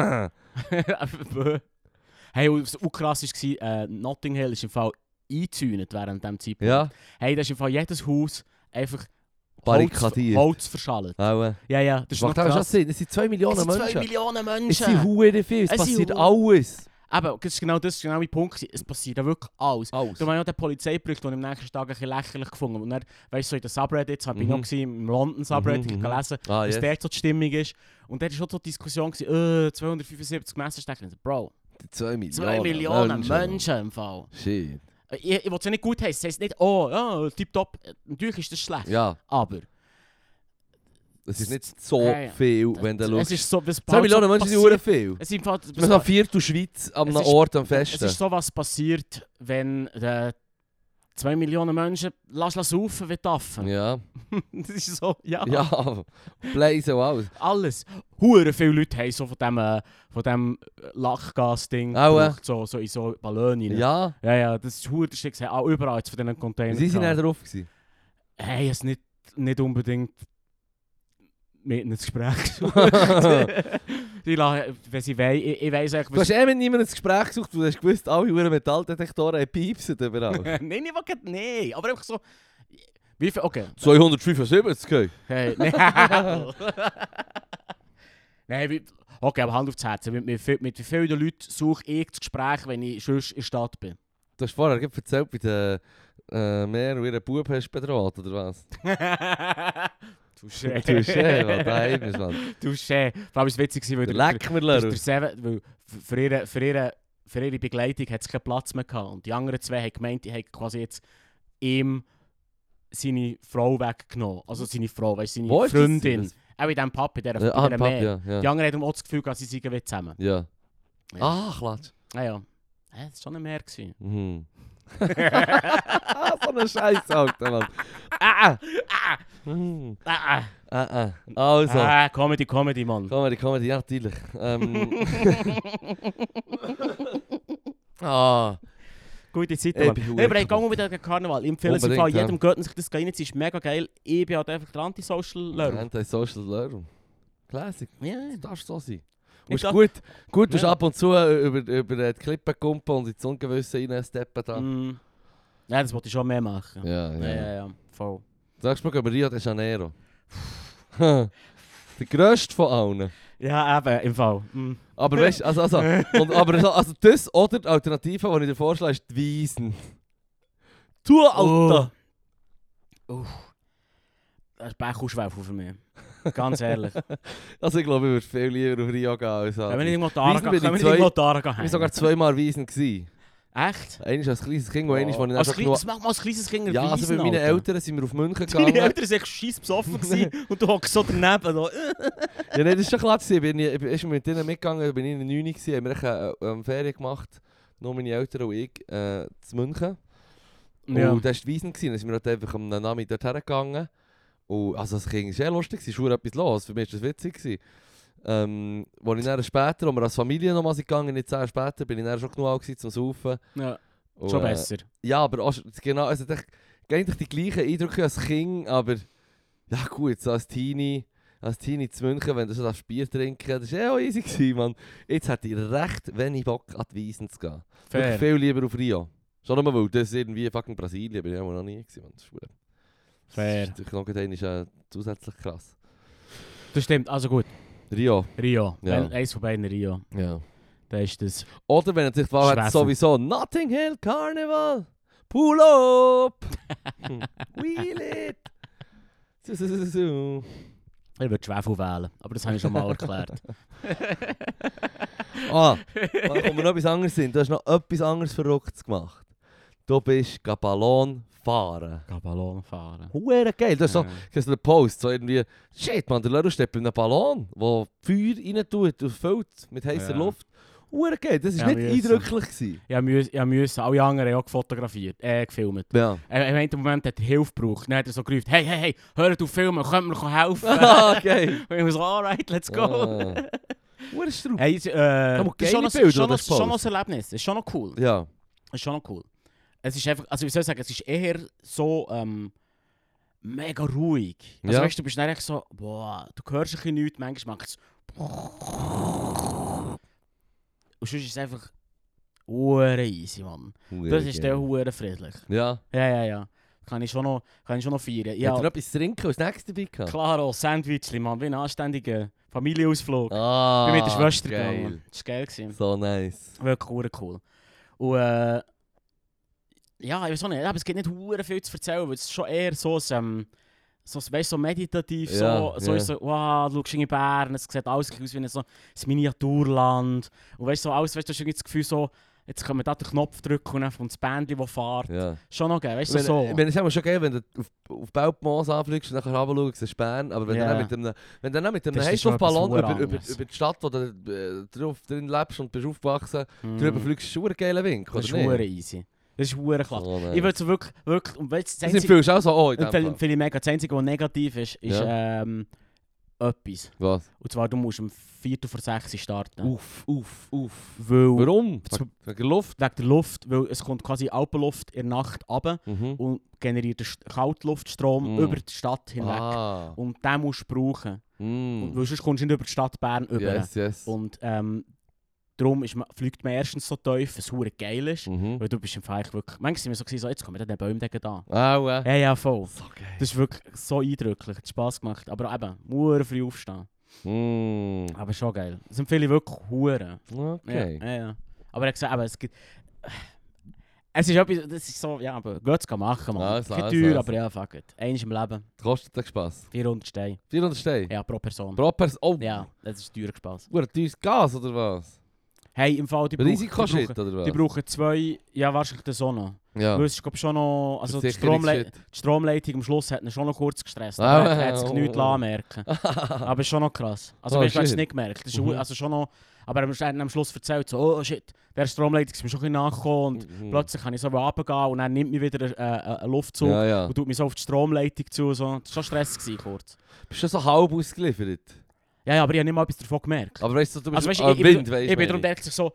S1: hey, und was auch krass war, äh, Notting Hill ist im Fall eingezäunt während diesem Zeitpunkt.
S2: ja,
S1: Hey, das ist im Fall jedes Haus einfach Holz,
S2: barrikadiert.
S1: Holz verschallt.
S2: Auch, äh.
S1: Ja, ja, das ist noch
S2: macht auch schon
S1: krass.
S2: Sinn. Es sind zwei Millionen
S1: Es sind zwei
S2: Menschen.
S1: Millionen
S2: Es sind
S1: Menschen.
S2: hure viel. Es,
S1: Es sind
S2: passiert
S1: hu-
S2: alles.
S1: Aber das ist genau das, ist genau mein Punkt. gewesen. Es passiert ja wirklich alles.
S2: Alles.
S1: Du hast ja den Polizeibericht, den ich am nächsten Tag ein bisschen lächerlich gefunden habe. Und dann, weißt du, so in den Subreddits, habe ich
S2: Mhm.
S1: noch gesehen, im London Subreddit
S2: Mhm,
S1: mhm,
S2: mhm.
S1: gelesen,
S2: Ah,
S1: was
S2: yes.
S1: dort so die Stimmung ist. Und dort war schon so die Diskussion, gewesen, äh, 275 Messer stecken. Bro,
S2: Die zwei
S1: 2 Millionen Menschen im Fall.
S2: Shit.
S1: Äh, Ich, ich will es ja nicht gut heißen. Es heisst nicht, oh, ja, tipptopp. Äh, Natürlich ist das schlecht.
S2: Ja,
S1: Aber
S2: es ist nicht so
S1: Ja, ja.
S2: viel, wenn du
S1: es
S2: schaust.
S1: ist so, was
S2: 2
S1: bald so
S2: Millionen Menschen sind hure
S1: passiert.
S2: viel.
S1: Es ist im Fall,
S2: Wir sind Viertel Schweiz an
S1: Es
S2: einem
S1: ist-
S2: Ort am
S1: es
S2: Festen.
S1: ist so was passiert, wenn äh, 2 Millionen Menschen lass lass saufen wie die Affen.
S2: Ja,
S1: Das ist so, ja.
S2: ja. Play so aus.
S1: Alles. Hure viele Leute haben so von dem, äh, von dem Lachgas-Ding
S2: Auch, äh.
S1: gebraucht, so, so in so Ballone rein.
S2: Ja,
S1: ja, ja, das ist hure schick. gewesen. Auch überall jetzt von diesen Containern.
S2: sie sind
S1: gehabt.
S2: dann drauf. gewesen.
S1: Hey, es nicht, nicht unbedingt mit ins Gespräch gesucht. die lachen, wenn sie wollen. Ich, ich weiss eigentlich,
S2: Du hast eh mit niemandem ein Gespräch gesucht, du hast gewusst, alle huren Metalldetektoren piepsen überall.
S1: nein, ich will nicht. Aber einfach so. Wie viel? Okay.
S2: 275, gell?
S1: Hey, nein. nein, wie, okay, aber Hand aufs Herz. Mit, mit, viel- mit wie vielen Leuten suche ich das Gespräch, wenn ich sonst in der Stadt bin?
S2: Du hast vorher gerade erzählt, bei den äh, Meer und ihren Bub hast du bedroht, oder was?
S1: Touché.
S2: Touché, Mann, da haben wir's, Mann.
S1: Touché. Vor allem war es witzig, weil der-
S2: Leck mir,
S1: Das
S2: Leru.
S1: ist der Seven, weil f- für ihre, für ihre, für ihre Begleitung hat es keinen Platz mehr gehabt. Und die anderen zwei haben gemeint, die haben quasi jetzt ihm seine Frau weggenommen. Also seine Frau, weißt du, seine
S2: Wo ist das?
S1: Freundin. Auch in diesem Pub, in dieser,
S2: Ja,
S1: in
S2: ah,
S1: dieser
S2: Papp,
S1: Meer.
S2: ja. ja.
S1: Die anderen haben auch das Gefühl, gehabt, sie seien wieder zusammen.
S2: Ja.
S1: Ja.
S2: Ah, Klatsch.
S1: Ah ja. Hä, das war schon ein Meer. gewesen.
S2: Mhm. so eine Scheiße, Alter, Mann. Ah! Mhm.
S1: Ah, ah,
S2: Ah, ah. Also,
S1: ah, Comedy, Comedy, Mann.
S2: Comedy, Comedy, ja, natürlich. Ähm. ah,
S1: Gute Zeit,
S2: Ey,
S1: Mann.
S2: bin
S1: Hey, aber
S2: verdammt
S1: ich gehe auch wieder den Karneval. Ich empfehle es im
S2: Unbedingt,
S1: Fall
S2: ja.
S1: jedem Götten sich das zu geben. Es ist mega geil. Ich bin halt einfach der Antisocial-Lehrer.
S2: Anti-Social Learn. Classic.
S1: Ja.
S2: Das darf so sein. Du
S1: Nicht
S2: bist
S1: da-
S2: gut, gut du bist
S1: Ja.
S2: ab und zu über, über die Klippen kumpen und ins Ungewisse reinsteppen. Da.
S1: Mm. Ja, das wollte ich schon mehr machen.
S2: Ja,
S1: Ja, ja, ja. Voll.
S2: Sagst du mal über Rio de Janeiro? Der grösste von allen.
S1: Ja, eben, im Fall. Mm.
S2: Aber weißt du, also, also, und, aber so- also das oder die Alternative, die ich dir vorschlage, ist die Wiesen. Tu, Alter!
S1: Oh. Das ist Bechausschwefel für mich. Ganz ehrlich. Wenn
S2: Also ich glaube, ich würde viel lieber auf Rio gehen als
S1: wir nicht
S2: Alter.
S1: irgendwo
S2: Wiesen
S1: Targa
S2: bin ich
S1: können wir nicht
S2: zwei-
S1: irgendwo Targa
S2: Ich war
S1: haben.
S2: sogar zweimal Wiesen. Gewesen.
S1: Echt?
S2: Einmal als kleines Kind und einmal, wo ich
S1: als
S2: einfach
S1: klein,
S2: nur...
S1: das macht man als kleines Kind
S2: Ja, also bei meinen Eltern sind wir auf München
S1: Deine
S2: gegangen.
S1: Eltern waren scheiss besoffen gewesen und du hockst so daneben. So.
S2: Ja, nee, das ist schon klar. gewesen. Ich bin, ich bin ich bin mit denen mitgegangen, bin ich in der 9. gewesen, haben wir echt eine, äh, eine Ferien gemacht, nur meine Eltern und ich, äh, zu München.
S1: Ja.
S2: Und das war die Wiesen, gewesen. dann sind wir halt einfach am Nami dort hergegangen. Und also das Kind war eh lustig, es war verdammt etwas los, für mich war das witzig. Gewesen. Ähm, wo ich dann später, als wir als Familie nochmal sind gegangen, nicht Jahre später, bin ich dann schon genug alt gewesen, zum Saufen.
S1: ja,
S2: Und,
S1: schon
S2: äh,
S1: besser.
S2: Ja, aber auch, schon- genau, es hat echt- eigentlich die gleichen Eindrücke als Kind, aber ja gut, so als Teenie, als Teenie zu München, wenn du so das Bier trinken, das war eh auch easy gewesen, Mann. Jetzt hätte ich recht wenig Bock, an die Wiesen zu gehen.
S1: Fair.
S2: Wirklich Viel lieber auf Rio. Schon nur, weil das irgendwie fucking Brasilien bin ich auch noch nie gewesen, Mann. Das ist verdammt-
S1: Fair.
S2: Das ist, noch gerade ist äh, zusätzlich krass.
S1: Das Dus stimmt, also gut.
S2: Rio.
S1: Rio.
S2: Ja.
S1: Wenn, eins von beiden Rio. dus-
S2: Ja.
S1: Da ist das.
S2: Oder wenn er sich die Wahl hat,
S1: Schwefel.
S2: sowieso Notting Hill Carnival. Pull up! Wheel it! Zu, zu, zu, zu.
S1: Ich würde Schwefel wählen, aber das habe ich schon mal erklärt.
S2: Ah, da kommt mir noch etwas anderes hin. Du hast noch etwas anderes Verrücktes gemacht. Du bist gegen Ballon fahren.
S1: Kann Ballon fahren.
S2: Huere geil. Du hast so,
S1: Ja.
S2: du hast so einen Post, so irgendwie, shit man, der Lörl steht bei einem Ballon, der Feuer rein tut und füllt mit heißer
S1: Ja.
S2: Luft. Huere geil, das war
S1: Ja,
S2: nicht
S1: mühsam.
S2: eindrücklich. Gewesen.
S1: Ich habe müssen, ich habe müssen, alle anderen haben auch gefotografiert, äh, gefilmt.
S2: Ja.
S1: Er, er meinte, im Moment hat er Hilfe gebraucht. Dann hat er so gerufen, hey, hey, hey, hör auf filmen, könnt mir helfen?
S2: Ah, geil.
S1: Und ich war so, alright, let's go.
S2: Ah. Wo ist der
S1: Hey, es- äh, das
S2: muss
S1: ist schon,
S2: geile
S1: noch-
S2: Bilder,
S1: schon, noch-
S2: das
S1: schon noch
S2: Post.
S1: ein Erlebnis, das ist schon noch cool.
S2: Ja.
S1: Das ist schon noch cool. Es ist einfach, also wie soll ich sagen, es ist eher so ähm, mega ruhig. Also
S2: Ja.
S1: weißt du, du bist dann echt so, boah, du hörst ein bisschen nichts, manchmal macht es und sonst ist es einfach hure easy, Mann. Das ist der hure friedlich.
S2: Ja.
S1: Ja, ja, ja. Kann ich schon noch, kann ich schon noch feiern.
S2: Ja. Hat er
S1: Ja,
S2: noch etwas zu trinken als nächstes dabei gehabt?
S1: klaro, Sandwichli, Mann, wie ein anständiger Familienausflug.
S2: Ah,
S1: Bin mit der Schwester
S2: geil.
S1: gegangen. Das war geil. Gewesen.
S2: So nice.
S1: Wirklich hure cool. Und äh, ja, ich weiß auch nicht, aber es gibt nicht hure viel zu erzählen, weil es ist schon eher so ein, ähm, so, ein- weißt, so meditativ,
S2: Ja,
S1: so, so
S2: ja.
S1: ist so, wow, du schaust in die Bären, es sieht alles aus wie ein so ein Miniaturland. Und weißt du, so alles, weißt, du hast irgendwie das Gefühl so, jetzt können wir da den Knopf drücken und dann kommt das Bändchen, das fährt.
S2: Ja.
S1: Schon noch geil, weißt du,
S2: Wenn,
S1: so.
S2: wenn, es ist immer schon geil, wenn du auf, auf Belpmoos anfliegst und nachher runter schaust, Span, aber wenn
S1: Ja.
S2: du dann mit einem, wenn du dann mit einem
S1: Das ist schon
S2: Heißluftballon
S1: etwas
S2: über, über,
S1: anderes.
S2: über die Stadt, wo du äh, drauf drin lebst und bist aufgewachsen,
S1: Mm.
S2: drüber fliegst, ist ein geiler Wink, oder
S1: Das ist
S2: nicht?
S1: hure easy. Das ist hure klasse.
S2: So nice.
S1: Ich würde es wirklich, wirklich, und weißt du,
S2: Das
S1: das Einzige,
S2: empfiehlst du auch so, oh, in dem Fall.
S1: empfehle ich mega, das Einzige, was negativ ist, ist ähm, etwas.
S2: Was?
S1: Und zwar, du musst um 4 vor 6 Uhr starten.
S2: Uff, uff, uff.
S1: Weil,
S2: Warum?
S1: Zu-
S2: Wegen Luft?
S1: Wegen der Luft, weil es kommt quasi Alpenluft in der Nacht runter
S2: Mhm.
S1: und generiert einen St- Kaltluftstrom
S2: Mm.
S1: über die Stadt hinweg.
S2: Ah.
S1: Und den musst du brauchen. Und,
S2: Mm.
S1: weil sonst kommst du nicht über die Stadt Bern über.
S2: Yes, yes.
S1: Und ähm, darum ist man, fliegt man erstens so tief, was hure geil ist.
S2: Mhm.
S1: Weil du bist im Fall echt wirklich... Manchmal sind wir so, gewesen, so jetzt kommen wir den Baum da.
S2: Aua.
S1: Ja, ja, voll.
S2: äh. So geil.
S1: Das ist wirklich so eindrücklich, hat Spass gemacht. Aber eben, hure früh aufstehen.
S2: Mm.
S1: Aber schon geil. Das empfehle ich wirklich hure.
S2: Okay.
S1: Ja, ja, ja. Aber er gesagt, aber es gibt. Es ist etwas, das ist so, ja, aber gut, es kann machen, man.
S2: Also,
S1: Kein
S2: also,
S1: teuer,
S2: also.
S1: aber ja, fuck it. Eins im Leben,
S2: Kostet das Spass?
S1: 400 Steine.
S2: 400 Steine?
S1: Ja, pro Person.
S2: Pro Person? Oh,
S1: Ja, das ist teurer Spaß.
S2: Uhr, teures Gas oder was?
S1: Hey, im Fall, die brauchen, die
S2: Risikoshit
S1: brauchen,
S2: oder was?
S1: die brauchen zwei, ja, wahrscheinlich den Sonne.
S2: ja.
S1: Du es glaub, schon noch, also die, Stromle
S2: Versicherungsshit.
S1: die Stromleitung am Schluss hat ihn schon noch kurz gestresst.
S2: Ah,
S1: aber er
S2: ja,
S1: hat sich
S2: oh,
S1: nichts
S2: oh.
S1: lassen merken. aber ist schon noch krass. Also,
S2: Oh,
S1: oh, ich habe es
S2: shit.
S1: nicht gemerkt. Das ist,
S2: Mhm.
S1: also schon noch, aber er hat ihm am Schluss erzählt, so, oh shit, der Stromleitung ist mir schon ein bisschen nachgekommen. Und
S2: Mhm.
S1: Plötzlich kann ich so runtergehen und dann nimmt mich wieder äh, äh, ein Luftzug
S2: Ja, ja.
S1: und tut mich so auf die Stromleitung zu. So. Das war schon Stress gewesen, kurz.
S2: Bist du so halb ausgeliefert?
S1: Ja, ja, aber ich habe nicht mal etwas davon gemerkt.
S2: Aber weißt du, du bist
S1: also weißt,
S2: am
S1: ich, ich,
S2: Ah, Wind,
S1: bin,
S2: weißt
S1: ich bin darum denke ich so,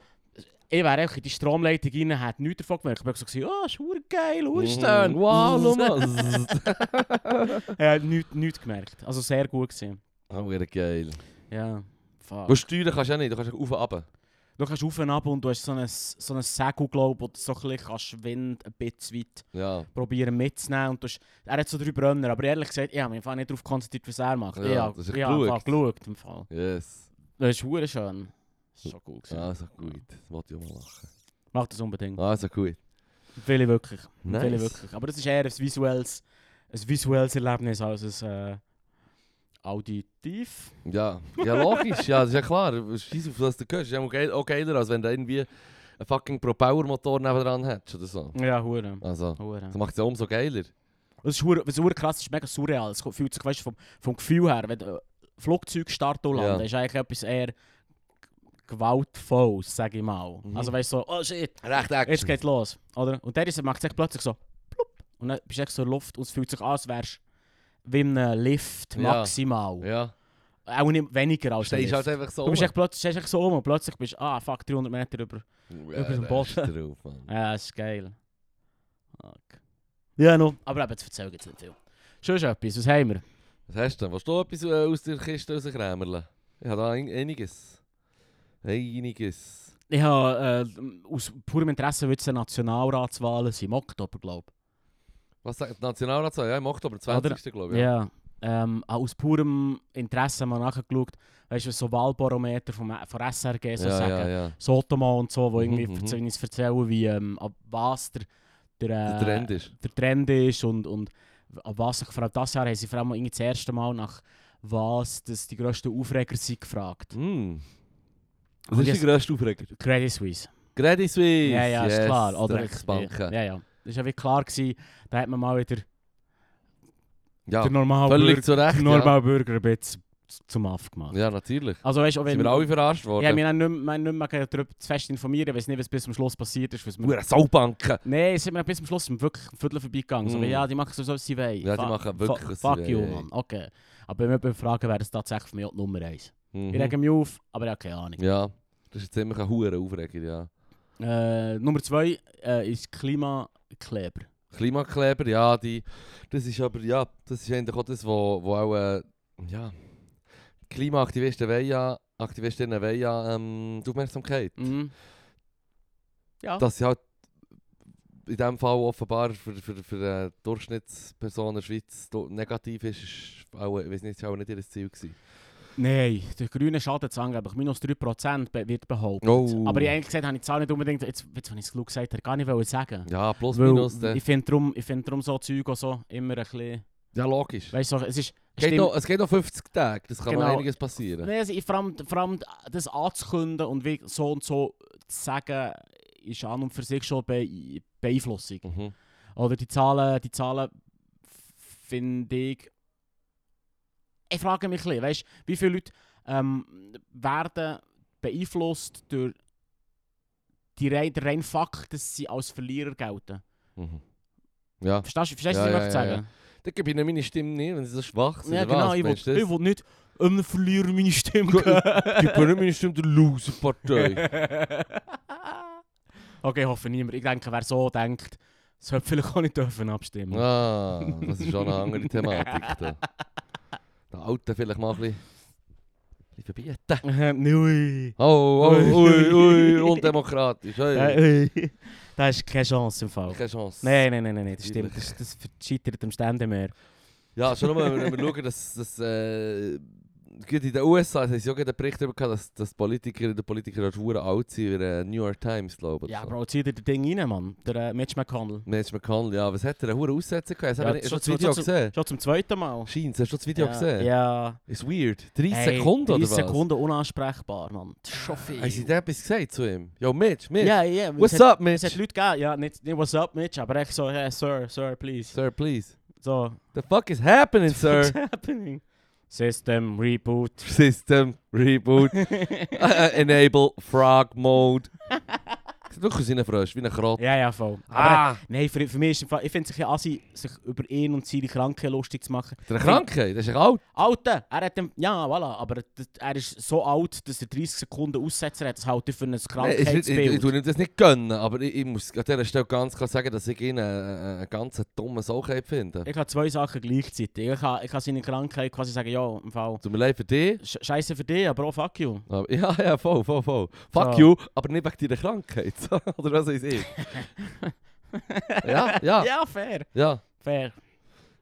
S1: ich wäre einfach in die Stromleitung rein, hätte nichts davon gemerkt. Ich bin so gesagt, ah, oh, ist Mhm. verdammt geil,
S2: Mhm.
S1: urstern.
S2: Wow, schau mal.
S1: äh, nichts, nichts gemerkt. Also sehr gut gewesen.
S2: Oh, wie geil.
S1: Ah. Ja. Fuck.
S2: Wo steuern kannst du ja nicht, du kannst ja auf und runter.
S1: Du kannst rauf und ab und du hast so einen so einen Segel, glaube ich, wo du so ein bisschen kannst Wind ein bisschen weit
S2: Ja.
S1: probieren mitzunehmen. Und du hast, er hat so drei Brunner, aber ehrlich gesagt, ich habe mich im Fall nicht darauf konzentriert, was er macht.
S2: Ja,
S1: ich habe
S2: das ist echt
S1: ich habe im Fall geschaut. Im Fall.
S2: Yes. Ah,
S1: Das ist hure schön. Das ist schon cool. gewesen.
S2: Also gut. Das wollte ich auch mal machen.
S1: Macht das unbedingt.
S2: Also gut.
S1: Empfehle ich wirklich. Empfehle ich
S2: Nice.
S1: wirklich. Aber das ist eher ein visuelles, ein visuelles Erlebnis als ein äh, auditiv.
S2: e- Ja, ja logisch, ja, das ist ja klar. Scheiß auf, was du hörst. Ist ja auch geil- auch geiler, als wenn du irgendwie einen fucking Propellermotor nebenan hättest oder so.
S1: Ja, hure.
S2: Also,
S1: Hure.
S2: das macht es ja umso geiler.
S1: Das ist hure, das ist hure krass, das ist mega surreal. Es fühlt sich, weißt, du, vom, vom Gefühl her, wenn du Flugzeug starten und
S2: Ja.
S1: landen, ist eigentlich etwas eher gewaltvolles, sag ich mal.
S2: Mhm.
S1: Also weißt du, so, oh shit,
S2: Recht
S1: jetzt
S2: Action.
S1: geht's los, oder? Und der ist, macht sich plötzlich so, plupp, und dann bist du echt so in der Luft und es fühlt sich an, als wärst du wie in einem Lift
S2: Ja.
S1: maximal.
S2: Ja,
S1: Auch nicht weniger als ein
S2: stehst
S1: Lift.
S2: halt einfach so.
S1: Du bist
S2: rum.
S1: echt plötzlich, stehst echt so um und plötzlich bist du, ah fuck, 300 Meter über.
S2: Ja,
S1: über den
S2: da
S1: Boden.
S2: ist drauf, Mann.
S1: Ja, das ist geil. Fuck. Ja, no, aber eben, jetzt erzähl jetzt nicht viel. Schon etwas, was haben wir?
S2: Was hast du denn? Willst du etwas äh, aus der Kiste rauskrämerlen? Ich habe da ein- einiges. Einiges.
S1: Ich habe äh, aus purem Interesse wird es eine Nationalratswahl sein, im Oktober, glaube
S2: Was sagt die Nationalratswahl? Ja, im Oktober, 20. glaube
S1: ich.
S2: ich. Ja.
S1: Ja. Ähm, auch aus purem Interesse mal nachgeschaut, weißt du, so Wahlbarometer vom, von SRG so
S2: ja,
S1: sagen.
S2: ja, ja.
S1: Sotomo und so, wo
S2: Mhm,
S1: irgendwie
S2: mhm.
S1: verze- uns erzählen, wie, ähm, ab was der, der,
S2: Der
S1: äh,
S2: Trend ist.
S1: der Trend ist und, und ab was sich vor allem das Jahr haben sie vor allem irgendwie das erste Mal nach was das die grössten Aufreger sind gefragt.
S2: Hm.
S1: Und
S2: Was ist
S1: jetzt-
S2: der grösste Aufreger?
S1: Credit Suisse.
S2: Credit Suisse!
S1: Ja, ja, ist
S2: yes,
S1: klar. Oder
S2: Drecksbanken.
S1: Ja, ja. Das war ja wie klar, gewesen, da hat man mal wieder
S2: Ja,
S1: der normale
S2: völlig
S1: Bürger,
S2: zu Recht.
S1: der
S2: Ja.
S1: normale Bürger ein bisschen z- zum Aff gemacht.
S2: ja, natürlich.
S1: Also weißt du, auch wenn...
S2: Sind wir alle verarscht
S1: ja,
S2: worden?
S1: wir haben nicht, wir haben nicht mehr darüber zu fest informieren, weil es nicht, was bis zum Schluss passiert ist. Was wir-
S2: Hure Saubanken!
S1: Nein, sind wir bis zum Schluss wirklich am Viertel vorbeigegangen. So,
S2: Mm.
S1: ja, die machen sowieso, was sie wollen.
S2: Ja, die
S1: Fuck-
S2: machen wirklich,
S1: fu-
S2: was sie
S1: Fuck
S2: wollen,
S1: you,
S2: ey.
S1: Mann. Okay. Aber wenn wir jemanden fragen, wäre das tatsächlich für mich auch die Nummer eins. Ich
S2: Mhm.
S1: rege mich auf, aber ich habe keine Ahnung.
S2: Ja, Dus das ist ziemlich ein Hure Aufreger, ja.
S1: Äh, Nummer zwei äh, ist Klimakleber.
S2: Klimakleber, ja, die, das ist aber, ja, das ist eigentlich auch das, wo, wo auch, äh, ja, die Klimaaktivisten wollen ja, Aktivistinnen wollen ja, ähm, die Aufmerksamkeit.
S1: Mhm. Ja.
S2: Dass sie halt in diesem Fall offenbar für, für, für eine Durchschnittsperson in der Schweiz do- negativ ist, ist auch, ich weiß nicht, ist auch nicht ihr Ziel gewesen.
S1: Nein, der grüne Schaden zu angeblich minus 3% be wird behauptet.
S2: Oh.
S1: Aber ich eigentlich gesagt, habe ich die Zahl nicht unbedingt, jetzt, jetzt wenn ich es klug gesagt habe, gar nicht wollen sagen.
S2: Ja, plus
S1: Weil
S2: minus, äh, der,
S1: ich finde darum find drum so Zeug auch so immer ein bisschen...
S2: ja logisch.
S1: Weißt du, so, es ist...
S2: Geht
S1: stimmt-
S2: noch, es geht noch 50 Tage, das kann noch
S1: Genau.
S2: einiges passieren.
S1: Nein, also ich, vor, allem, vor allem das anzukünden und wie so und so zu sagen, ist an und für sich schon Be Beeinflussung.
S2: Mhm.
S1: Oder die Zahlen, die Zahlen finde ich. Ich frage mich ein bisschen, weißt, wie viele Leute ähm, werden beeinflusst durch die rein, den reinen Fakt, dass sie als Verlierer gelten.
S2: Mhm. Ja.
S1: Verstehst du, verstehst du
S2: Ja,
S1: was ich
S2: ja,
S1: möchte
S2: ja,
S1: sagen?
S2: ja. Dann gebe ich ihnen meine Stimme nicht, wenn sie so schwach sind.
S1: Ja,
S2: oder
S1: genau,
S2: was?
S1: ich will,
S2: Meinst
S1: ich
S2: du das?
S1: will nicht einem Verlierer meine Stimme
S2: Gut,
S1: geben.
S2: Gib mir nicht meine Stimme der Loser-Partei.
S1: okay, ich hoffe niemand. Ich denke, wer so denkt, sollte vielleicht auch nicht dürfen abstimmen.
S2: ah, das ist schon eine andere Thematik. Da. Der Alte vielleicht mal ein bisschen, ein bisschen verbieten.
S1: Ähm, Ui.
S2: Oh, oh, ui, ui, undemokratisch. Hey.
S1: Äh, ui. Da ist keine Chance im Fall.
S2: Keine Chance.
S1: Nein, nein, nein, nein, nein, das stimmt. Das, das scheitert am Ständen mehr.
S2: Ja, schon mal, wenn wir- wenn wir schauen, dass, dass äh, gut, in den USA es haben sie auch gerade einen Bericht darüber gehabt, dass, dass Politiker und Politiker auch verdammt alt sind, wie der New York Times, glaube ich.
S1: Ja,
S2: so.
S1: Bro, zieh dir das Ding rein, Mann. Der äh, Mitch McConnell.
S2: Mensch, McConnell, ja, was hat er? Einen hohen Aussetzer gehabt? Hast
S1: Ja,
S2: du
S1: zu-
S2: das
S1: zu-
S2: Video
S1: zu-
S2: gesehen?
S1: Schon zum zweiten Mal.
S2: Scheins, hast du das Video
S1: ja,
S2: gesehen?
S1: Ja.
S2: Ist weird. 30
S1: Ey,
S2: Sekunden oder
S1: 30
S2: was?
S1: Sekunden unansprechbar, Mann. Das ist schon viel.
S2: Haben sie dir etwas gesagt zu ihm? Yo, Mitch, Mitch.
S1: Ja, ja. es
S2: What's
S1: hat-
S2: up,
S1: Es hat
S2: Mitch?
S1: Leute gegeben, ja, nicht, nicht what's up, Mitch, aber echt so, hey, sir, sir, please.
S2: Sir, please.
S1: So,
S2: The fuck is happening, sir?
S1: What's happening? System Reboot.
S2: System, Reboot, äh, äh, Enable, Frog Mode. Sieht wirklich aus wie ein Frosch, wie ein Krott.
S1: ja, ja, voll. Aber
S2: Ah,
S1: nein, für, für mich ist im Fall, ich finde es ein bisschen assi, sich über ihn und seine Krankheit lustig zu machen.
S2: der Krankheit, das ist echt alt.
S1: Alter, er hat dem, ja, voilà, aber das- er ist so alt, dass er 30 Sekunden Aussetzer hat, das halte ich für ein
S2: Nee, ist nicht- Ich, ich, ich
S1: Krankheitsbild.
S2: tue ihm das nicht gönnen, aber ich, ich muss an dieser Stelle ganz klar sagen, dass ich ihn äh, äh, einen ganz dummen Sauchheit finde.
S1: ich kann zwei Sachen gleichzeitig. Ich kann, ich kann seine Krankheit quasi sagen, ja, im Fall,
S2: Tut mir leid für dich.
S1: Sch scheiße für dich, aber auch fuck you.
S2: Aber, Oh, ja, ja, voll, voll, voll. Fuck
S1: Ah.
S2: you, aber nicht wegen deiner Krankheit. Oder was weiß ich. ja, ja,
S1: Ja, fair.
S2: ja.
S1: Fair.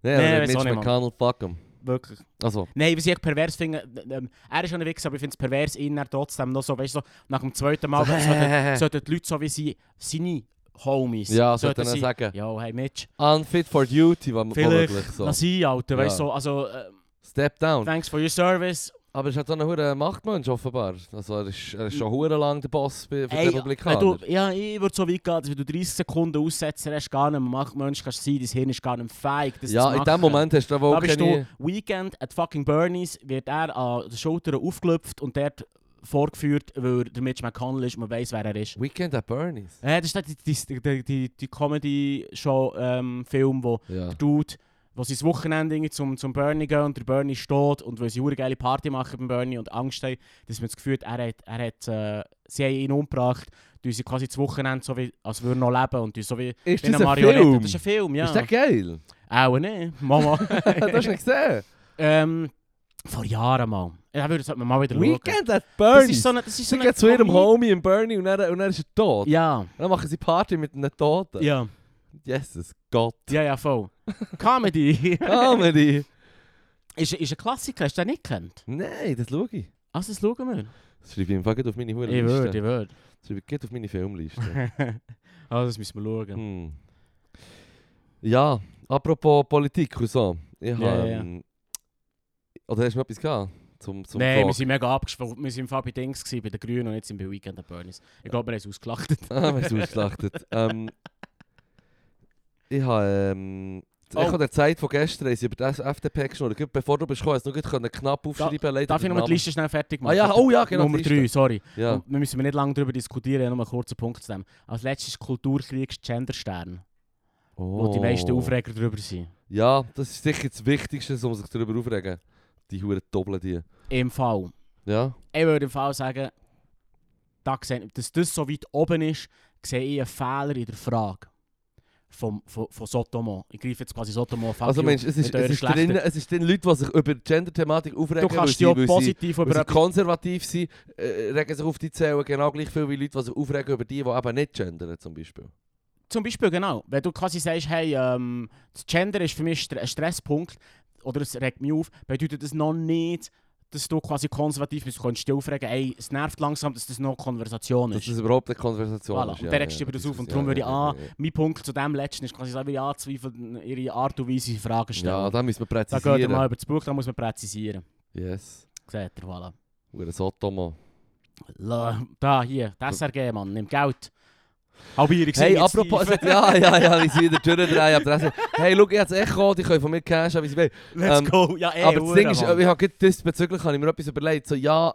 S2: Nee,
S1: Nee,
S2: nee
S1: weiß
S2: Mitch
S1: auch nicht, Mann.
S2: McConnell, fuck him.
S1: Wirklich.
S2: Also,
S1: Nein, was ich echt pervers finde, ähm, er ist schon ein Wichser, aber ich finde es pervers, ihn dann trotzdem noch so, weißt du, so, nach dem zweiten Mal
S2: So,
S1: sollten,
S2: äh.
S1: sollten die Leute so wie sie, seine Homies,
S2: ja, sollte er
S1: sagen,
S2: sagen.
S1: ja, hey Mitch,
S2: Unfit for duty, was man
S1: vielleicht
S2: womöglich so.
S1: lass ihn, Alter, weißt du,
S2: Ja.
S1: so, also, äh,
S2: Step down.
S1: thanks for your service,
S2: Aber er ist halt so ein hoher Machtmensch offenbar. Also er ist, er ist schon hure lang der Boss bei, für die
S1: Ey,
S2: Republikaner.
S1: Wenn du, ja, ich würde so weit gehen, dass wenn du 30 Sekunden Aussetzer hast, gar nicht mehr macht, Mensch kannst sein, dein Hirn ist gar nicht mehr fähig, das zu
S2: ja, in
S1: machen.
S2: dem Moment hast du aber
S1: Da
S2: auch
S1: bist
S2: keine...
S1: du Weekend at fucking Bernie's, wird er an den Schultern aufgelöpft und dort vorgeführt, weil er der Mitch McConnell ist und man weiss, wer er ist.
S2: Weekend at Bernie's.
S1: Äh, das ist die, die, die, die, die Comedy-Show-Film, wo
S2: Ja.
S1: der Dude, wo sie das Wochenende irgendwie zum, zum Bernie gehen und der Bernie steht und weil sie eine geile Party machen beim Bernie und Angst haben, dass man das Gefühl hat, er hat, er hat äh, sie haben ihn umgebracht, tun sie quasi das Wochenende so wie, als würde er noch leben und tun so wie
S2: Ist
S1: wie
S2: das ein
S1: Marionette.
S2: Film?
S1: Das ist ein Film, ja.
S2: Ist der geil?
S1: Auch nicht, Mama.
S2: das hast du nicht gesehen?
S1: ähm, vor Jahren mal. Ja, würde sollte man mal wieder schauen.
S2: Weekend at
S1: Das
S2: Bernie's.
S1: ist so eine, das ist so
S2: Sie
S1: eine
S2: gehen zu ihrem
S1: Komik-
S2: Homie in Bernie und dann, und dann ist er tot.
S1: Ja,
S2: Und dann machen sie Party mit einem Toten.
S1: ja,
S2: Jesus Gott.
S1: ja, ja, voll. Comedy
S2: Comedy.
S1: ist, ist ein Klassiker, hast du den nicht kennt?
S2: Nein, das schaue ich.
S1: Also, das schauen wir.
S2: Das schreibe ich im Fall gleich auf meine Hure
S1: Ich
S2: Liste.
S1: würde, ich würde.
S2: Das schreibe ich gleich auf meine Filmliste.
S1: also, das müssen wir schauen.
S2: hm. Ja, apropos Politik und so. Ich habe...
S1: Ja, ja,
S2: ähm, Oder hast du noch etwas gehabt? Zum, zum
S1: Nein, wir
S2: Talk?
S1: sind mega abgeschwommen. Wir sind im Fall bei Dings, gewesen, bei den Grünen und jetzt sind wir bei Weekend at Bernie's. Ich glaube, wir haben es ausgelachtet.
S2: Ah, wir sind ausgeschlachtet. ähm, ich habe... Ähm,
S1: Oh.
S2: Ich habe der Zeit von gestern haben sie über das FDP geschnurrt. Gerade Bevor du bist gekommen, hast du noch gut können knapp aufschreiben leider
S1: Darf ich
S2: den
S1: noch mal die
S2: Namen.
S1: Liste schnell fertig machen?
S2: Ah ja, oh ja, genau. die
S1: Nummer
S2: Liste.
S1: 3, sorry.
S2: Ja.
S1: Und Wir müssen nicht lange darüber diskutieren, ich habe nur einen kurzen Punkt zu dem. Als letztes Kulturkriegs-Genderstern, wo
S2: Oh.
S1: die meisten Aufreger drüber sind.
S2: Ja, das ist sicher das Wichtigste, um sich darüber aufregen. Die Huren doppeln die.
S1: Im Fall.
S2: Ja?
S1: Ich würde im Fall sagen, da sehe, dass das so weit oben ist, sehe ich einen Fehler in der Frage vom, von, von Sotomo. Ich greife jetzt quasi Sotomo fuck
S2: also
S1: you,
S2: Mensch, es
S1: mit
S2: ist,
S1: euren
S2: es, ist
S1: schlechten-
S2: drin, es ist drin Leute, die sich über die Gender-Thematik aufregen,
S1: Du
S2: weil
S1: kannst
S2: sie,
S1: ja
S2: weil sie,
S1: positiv
S2: weil
S1: über
S2: sie konservativ sind, äh, regen sich auf die Zellen genau gleich viel wie Leute, die sich aufregen über die, die eben nicht gendern zum Beispiel.
S1: Zum Beispiel, genau. Wenn du quasi sagst, hey, ähm, das Gender ist für mich Stre- ein Stresspunkt oder es regt mich auf, bedeutet das noch nicht, dass du quasi konservativ bist. Du kannst dich aufregen, ey, es nervt langsam, dass das noch eine Konversation
S2: Dass
S1: ist.
S2: das überhaupt eine Konversation
S1: Voilà.
S2: ist.
S1: Und dann regst du dich über das auf und darum würde ich an- mein Punkt zu dem letzten ist quasi, so, wie anzweifeln, ihre Art und Weise Fragen stellen.
S2: Ja, ja, da müssen wir
S1: da geht er
S2: präzisieren.
S1: mal über das Buch, da muss man präzisieren.
S2: yes.
S1: Seht ihr, voilà.
S2: Huren Sotomo.
S1: La- Da, hier, das SRG, Mann, nimm Geld. Halbierung sind
S2: Hey,
S1: jetzt
S2: apropos,
S1: tief.
S2: es hat- ja, ja, ja, wie sie in der Tür drehen. aber das- Hey, schau, ich habe das Echo, die können von mir cashen, wie sie will.
S1: Let's
S2: ähm,
S1: go. Ja, eh, ey,
S2: aber das Ding
S1: Hure,
S2: ist, äh,
S1: Mann.
S2: ich habe diesbezüglich habe ich mir etwas überlegt. So, ja,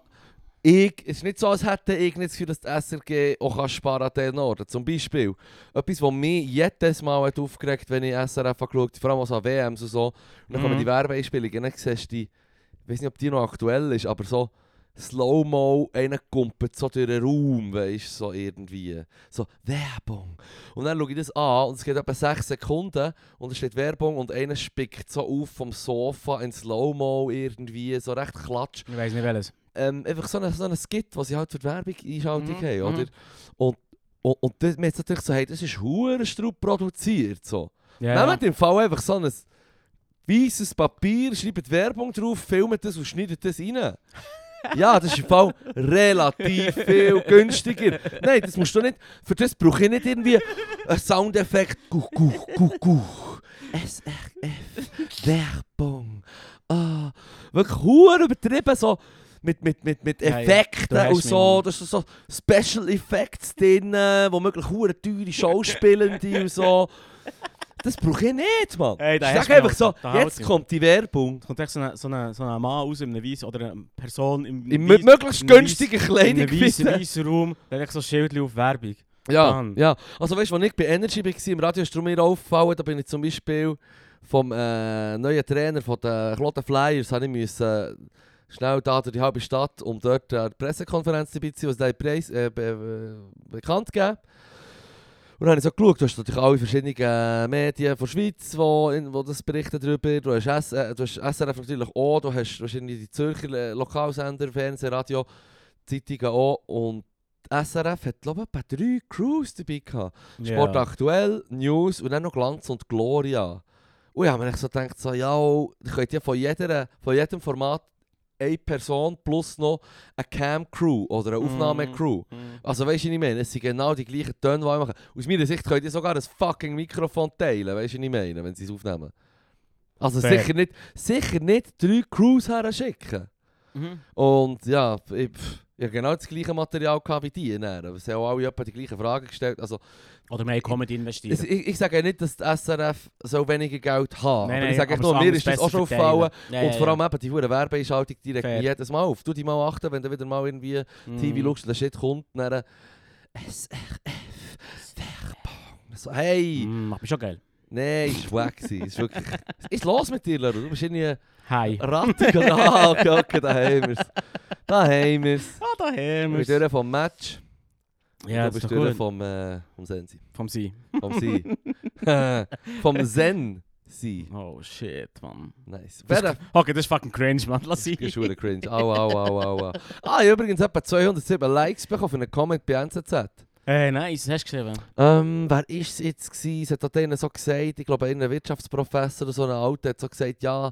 S2: ich, es ist nicht so, als hätte ich nicht das Gefühl, dass die SRG auch kann sparen an diesen Orten. Zum Beispiel, etwas, was mich jedes Mal hat aufgeregt wenn ich SRF habe geschaut vor allem auch so an WMs und so. Und dann
S1: Mhm.
S2: kommen die Werbeeinspielungen, und dann siehst du die, ich weiß nicht, ob die noch aktuell ist, aber so Slow-Mo, einer kumpelt so durch den Raum, weißt du, so irgendwie. So, Werbung. Und dann schaue ich das an und es geht etwa 6 Sekunden und es steht Werbung und einer spickt so auf vom Sofa in Slow-Mo irgendwie, so recht klatsch.
S1: Ich weiß nicht welches.
S2: Ähm, einfach so ein so eine Skit, was sie halt für die Werbung Einschaltung
S1: Mhm,
S2: haben,
S1: mhm.
S2: oder? Und, und, und das, man hat natürlich so, hey, das ist Hurenstrub produziert, so.
S1: Ja, ja.
S2: Nehmt im Fall einfach so ein weißes Papier, schreibt Werbung drauf, filmt das und schneidet das rein. Ja, das ist im Fall relativ viel günstiger. Nein, das musst du nicht. Für das brauche ich nicht irgendwie einen Soundeffekt. Guch, guch, guch, guch. SRF. Werbung. Ah, wirklich hure übertrieben so. Mit, mit, mit, mit
S1: Ja, ja.
S2: Effekten
S1: Du hast
S2: und
S1: mich,
S2: so,
S1: Mann.
S2: das sind so Special Effects drin, wo möglich hure teure Schauspielende und so. Das brauche ich nicht, Mann.
S1: Hey, da
S2: ich
S1: hast
S2: sage
S1: du mich
S2: einfach so,
S1: noch. Da haut's
S2: jetzt
S1: mich.
S2: kommt die Werbung.
S1: Es kommt echt so ein so eine, so eine Mann aus, in einer weißen, oder eine Person im
S2: In mit möglichst günstiger Kleidung.
S1: weißen,
S2: bitte.
S1: weißen Raum, da hat echt so ein Schild auf Werbung.
S2: Ja,
S1: Dann.
S2: ja. Also weißt du, als ich bei Energy war, im Radio ist darum mir aufgefallen, da bin ich zum Beispiel vom äh, neuen Trainer von den Kloten Flyers, habe ich müssen, äh, schnell da durch die halbe Stadt, um dort an der Pressekonferenz dabei zu sein, was der Preis äh, be be bekannt gegeben. Und dann habe ich so geschaut, du hast natürlich alle verschiedenen äh, Medien von der Schweiz, wo, in, wo das berichten darüber. Du hast, S äh, du hast SRF natürlich auch, du hast wahrscheinlich die Zürcher äh, Lokalsender, Fernsehen, Radio, Zeitungen auch. Und SRF hat, glaube ich, etwa drei Crews dabei gehabt. Sport aktuell, News und dann noch Glanz und Gloria. Und ich habe mir echt so gedacht, so, ja, ihr könnt ja von, jeder, von jedem Format eine Person plus noch eine Cam-Crew oder eine
S1: Mhm.
S2: Aufnahme-Crew.
S1: Mhm.
S2: Also weißt du, was ich meine? Es sind genau die gleichen Töne, die ich mache. Aus meiner Sicht könnt ihr sogar ein fucking Mikrofon teilen, weißt du, was ich meine, wenn sie es aufnehmen. Also
S1: Fair.
S2: sicher nicht, sicher nicht drei Crews her schicken.
S1: Mhm.
S2: Und ja, ich, pff, ich hab genau das gleiche Material gehabt wie die. Dann. Aber sie haben alle etwa die gleichen Fragen gestellt. Also,
S1: Oder mehr in Comedy investieren.
S2: es- ich, ich sage ja nicht, dass die SRF so weniger Geld haben.
S1: Nein,
S2: aber
S1: nein,
S2: ich sage
S1: aber
S2: echt nur,
S1: es
S2: mir
S1: anders
S2: ist das auch
S1: besser
S2: schon
S1: verteilen.
S2: aufgefallen.
S1: Ja,
S2: und
S1: ja,
S2: vor allem
S1: ja.
S2: eben die hohe Werbeeinschaltung direkt
S1: Fair. Mhm.
S2: jedes Mal auf. Du die mal achten, wenn du wieder mal irgendwie
S1: Mm.
S2: TV schaust und der Shit kommt, dann äh, SRF, Werbung. So, hey,
S1: Mm, aber schon geil.
S2: nein, ist wack gewesen. Ist wirklich... Was ist los mit dir, Leru? Du bist irgendwie
S1: Hi.
S2: Rattenkanal. Guck, da haben wir's. Da haben wir's.
S1: Ah, da haben
S2: Wir sind durch vom Match.
S1: Ja, das
S2: du
S1: ist
S2: bist
S1: doch
S2: durch
S1: gut.
S2: vom, äh, vom Sensi.
S1: Vom Sie.
S2: Vom Sie. vom Zen. Sie.
S1: Oh shit, man.
S2: Nice.
S1: Das-
S2: Wer
S1: Okay, das ist fucking cringe, man. Lass
S2: Das ist
S1: ich.
S2: schon cringe. Au, au, au, au, au. Ah, ich habe übrigens etwa 207 Likes bekommen für einen Comment bei NZZ.
S1: Hey, nice, hast du geschrieben?
S2: Ähm, wer ist es jetzt gewesen? Es hat auch denen so gesagt, ich glaube, ein Wirtschaftsprofessor oder so ein Alter hat so gesagt, ja,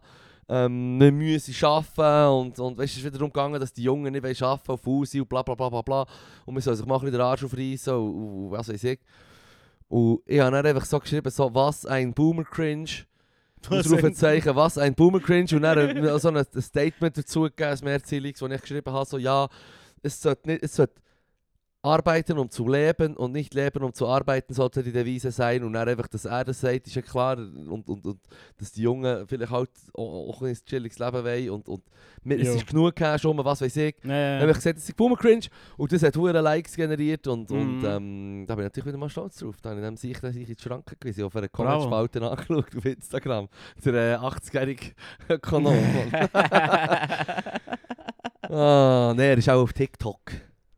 S2: ähm, wir müssen arbeiten und, und weißt, es ist wieder darum gegangen, dass die Jungen nicht wollen arbeiten und faul sind und bla bla bla bla bla und man soll sich mal ein bisschen den Arsch aufreißen und, und, und was weiß ich. Und ich habe dann einfach so geschrieben, so, was ein Boomer-Cringe. Ausrufezeichen, was ein Boomer-Cringe. Und dann äh, so ein ein Statement dazu gegeben, ein Mehrzeilungs, wo ich geschrieben habe, so, ja, es sollte, nicht, es sollte arbeiten, um zu leben und nicht leben, um zu arbeiten, sollte die Devise sein. Und dann einfach, dass er das sagt, ist ja klar. Und, und, und dass die Jungen vielleicht halt auch, auch ein chilliges Leben wollen. Und, und mir, es
S1: Ja.
S2: ist genug Cash rum, was weiß ich. Dann
S1: Nee.
S2: habe ich gesagt, es ist Boomer-Cringe. Und das hat hohe Likes generiert. Und, und
S1: Mhm.
S2: ähm, da bin ich natürlich wieder mal stolz drauf. Da habe ich dem sicher dass ich in die Schranken gewesen, auf einer
S1: Bravo.
S2: Comment-Spalte nachgeschaut auf Instagram. Der äh, 80-jährige Ökonom. ah, nee, er ist auch auf TikTok.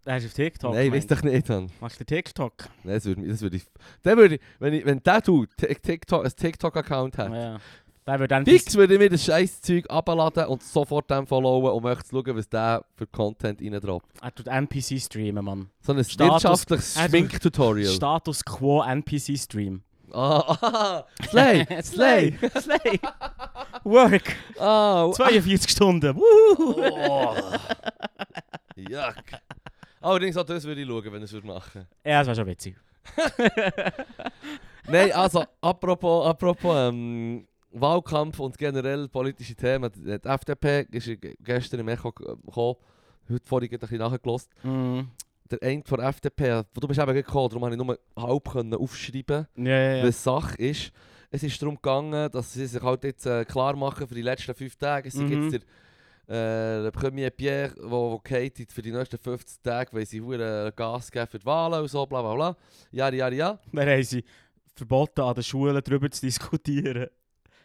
S1: Er ist auf TikTok.
S2: Nein,
S1: Mann.
S2: weiss doch nicht, Mann.
S1: Machst du den TikTok?
S2: Nein, Ne, das würde mich- das würde ich... Der würde ich... Wenn, ich, wenn der Dude Tik- TikTok, ein TikTok-Account hat,
S1: Ja. Der wird dann.
S2: Fix würde ich mir das scheiß Zeug abladen und sofort dem followen und möchte schauen, was der für Content reindroppt.
S1: Er ah, tut NPC streamen, Mann.
S2: So ein
S1: Status-
S2: wirtschaftliches
S1: also-
S2: Schminktutorial.
S1: Status quo NPC stream.
S2: ah, ah, Slay! Slay!
S1: Slay! Work!
S2: Oh,
S1: 42 Stunden! Wuhu!
S2: oh. Yuck. Allerdings auch das würde ich schauen, wenn ich es würde machen
S1: Ja, das war schon witzig.
S2: Nein, also, apropos, apropos ähm, Wahlkampf und generell politische Themen. Die FDP ist ja ge- gestern im Echo ge- gekommen. Heute vorhin gerade ein bisschen nachgelost.
S1: Mm.
S2: Der eine von der FDP, wo du bist eben gerade gekommen, darum habe ich nur halb können aufschreiben
S1: Ja, ja, ja.
S2: was Sache ist. Es ist darum gegangen, dass sie sich halt jetzt äh, klar machen für die letzten fünf Tage. Es
S1: Mhm.
S2: gibt jetzt der, äh, der Premier Pierre, wo, wo geht für die nächsten 50 Tage, weil sie hure Gas geben für die Wahlen und so, bla bla bla. Ja, ja, ja.
S1: Wir haben sie verboten, an den Schulen darüber zu diskutieren.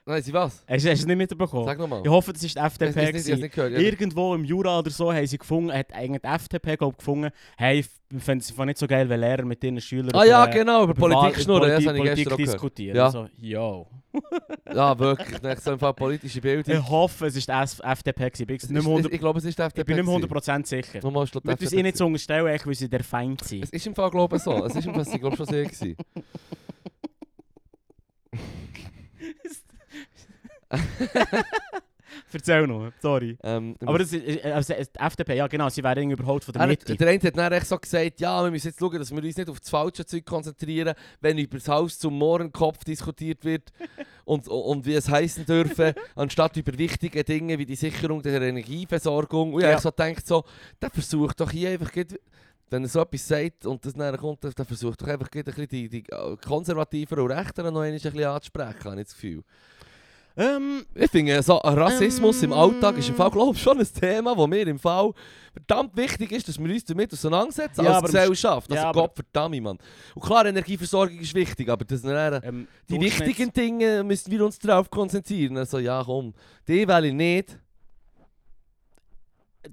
S2: Nein, sie was?
S1: Hast du hast du es nicht mitbekommen?
S2: Sag nochmal.
S1: Ich hoffe, das ist die
S2: Ich hab's
S1: FDP.
S2: nicht, ich hab's
S1: gewesen.
S2: nicht gehört. Ja,
S1: Irgendwo im Jura oder so haben sie gefunden, hat eigentlich die FDP glaub, gefunden, hey, f- wir fänden es einfach nicht so geil, wenn Lehrer mit ihren Schülern
S2: ah
S1: über,
S2: ja,
S1: äh,
S2: genau, über
S1: über Wahl-
S2: Politik schnurren, ja, das
S1: Politik,
S2: habe ich
S1: Politik
S2: gestern auch gehört.
S1: diskutieren.
S2: Ja.
S1: So, yo.
S2: Ja, wirklich, nicht so im Fall politische Bildung.
S1: Ich hoffe, es ist die S- FDP. gewesen. Ich bin,
S2: Es
S1: jetzt
S2: ist-
S1: nicht mehr
S2: es-
S1: 100,
S2: ich glaube, es ist die FDP.
S1: ich bin nicht mehr
S2: gewesen.
S1: 100% sicher.
S2: Nochmal, es ist die
S1: Mit uns
S2: FDP
S1: eh nicht zu unterstellen, echt, weil sie der Feind sind.
S2: Es ist im Fall, glaube ich, so. Es ist im Fall, sie, glaube ich, schon sehr gewesen.
S1: Erzähl noch, sorry.
S2: Ähm,
S1: Aber das ist, äh, also, äh, die FDP, ja genau, sie wären irgendwie überholt von der
S2: Er hat-
S1: Mitte.
S2: der eine hat dann echt so gesagt, ja, wir müssen jetzt schauen, dass wir uns nicht auf das falsche Zeug konzentrieren, wenn über das Haus zum Mohrenkopf diskutiert wird und, und wie es heißen dürfe, anstatt über wichtige Dinge wie die Sicherung der Energieversorgung. Und ich
S1: Ja.
S2: habe so gedacht, so, der versucht doch hier einfach, gleich- wenn er so etwas sagt und das dann kommt, der versucht doch einfach gleich ein bisschen die, die konservativeren und rechteren noch einmal ein bisschen anzusprechen, habe ich das Gefühl.
S1: Ähm,
S2: Ich finde, so Rassismus im
S1: Ähm.
S2: Alltag ist im Fall, glaube ich, schon ein Thema, wo mir im Fall verdammt wichtig ist, dass wir uns damit auseinandersetzen
S1: Ja,
S2: als
S1: aber-
S2: Gesellschaft. Also
S1: ja, aber-
S2: Gott verdammt, Mann. Und klar, Energieversorgung ist wichtig, aber das dann,
S1: ähm,
S2: die
S1: Durchschnitts-
S2: wichtigen Dinge müssen wir uns darauf konzentrieren. Also ja, komm, die will ich nicht.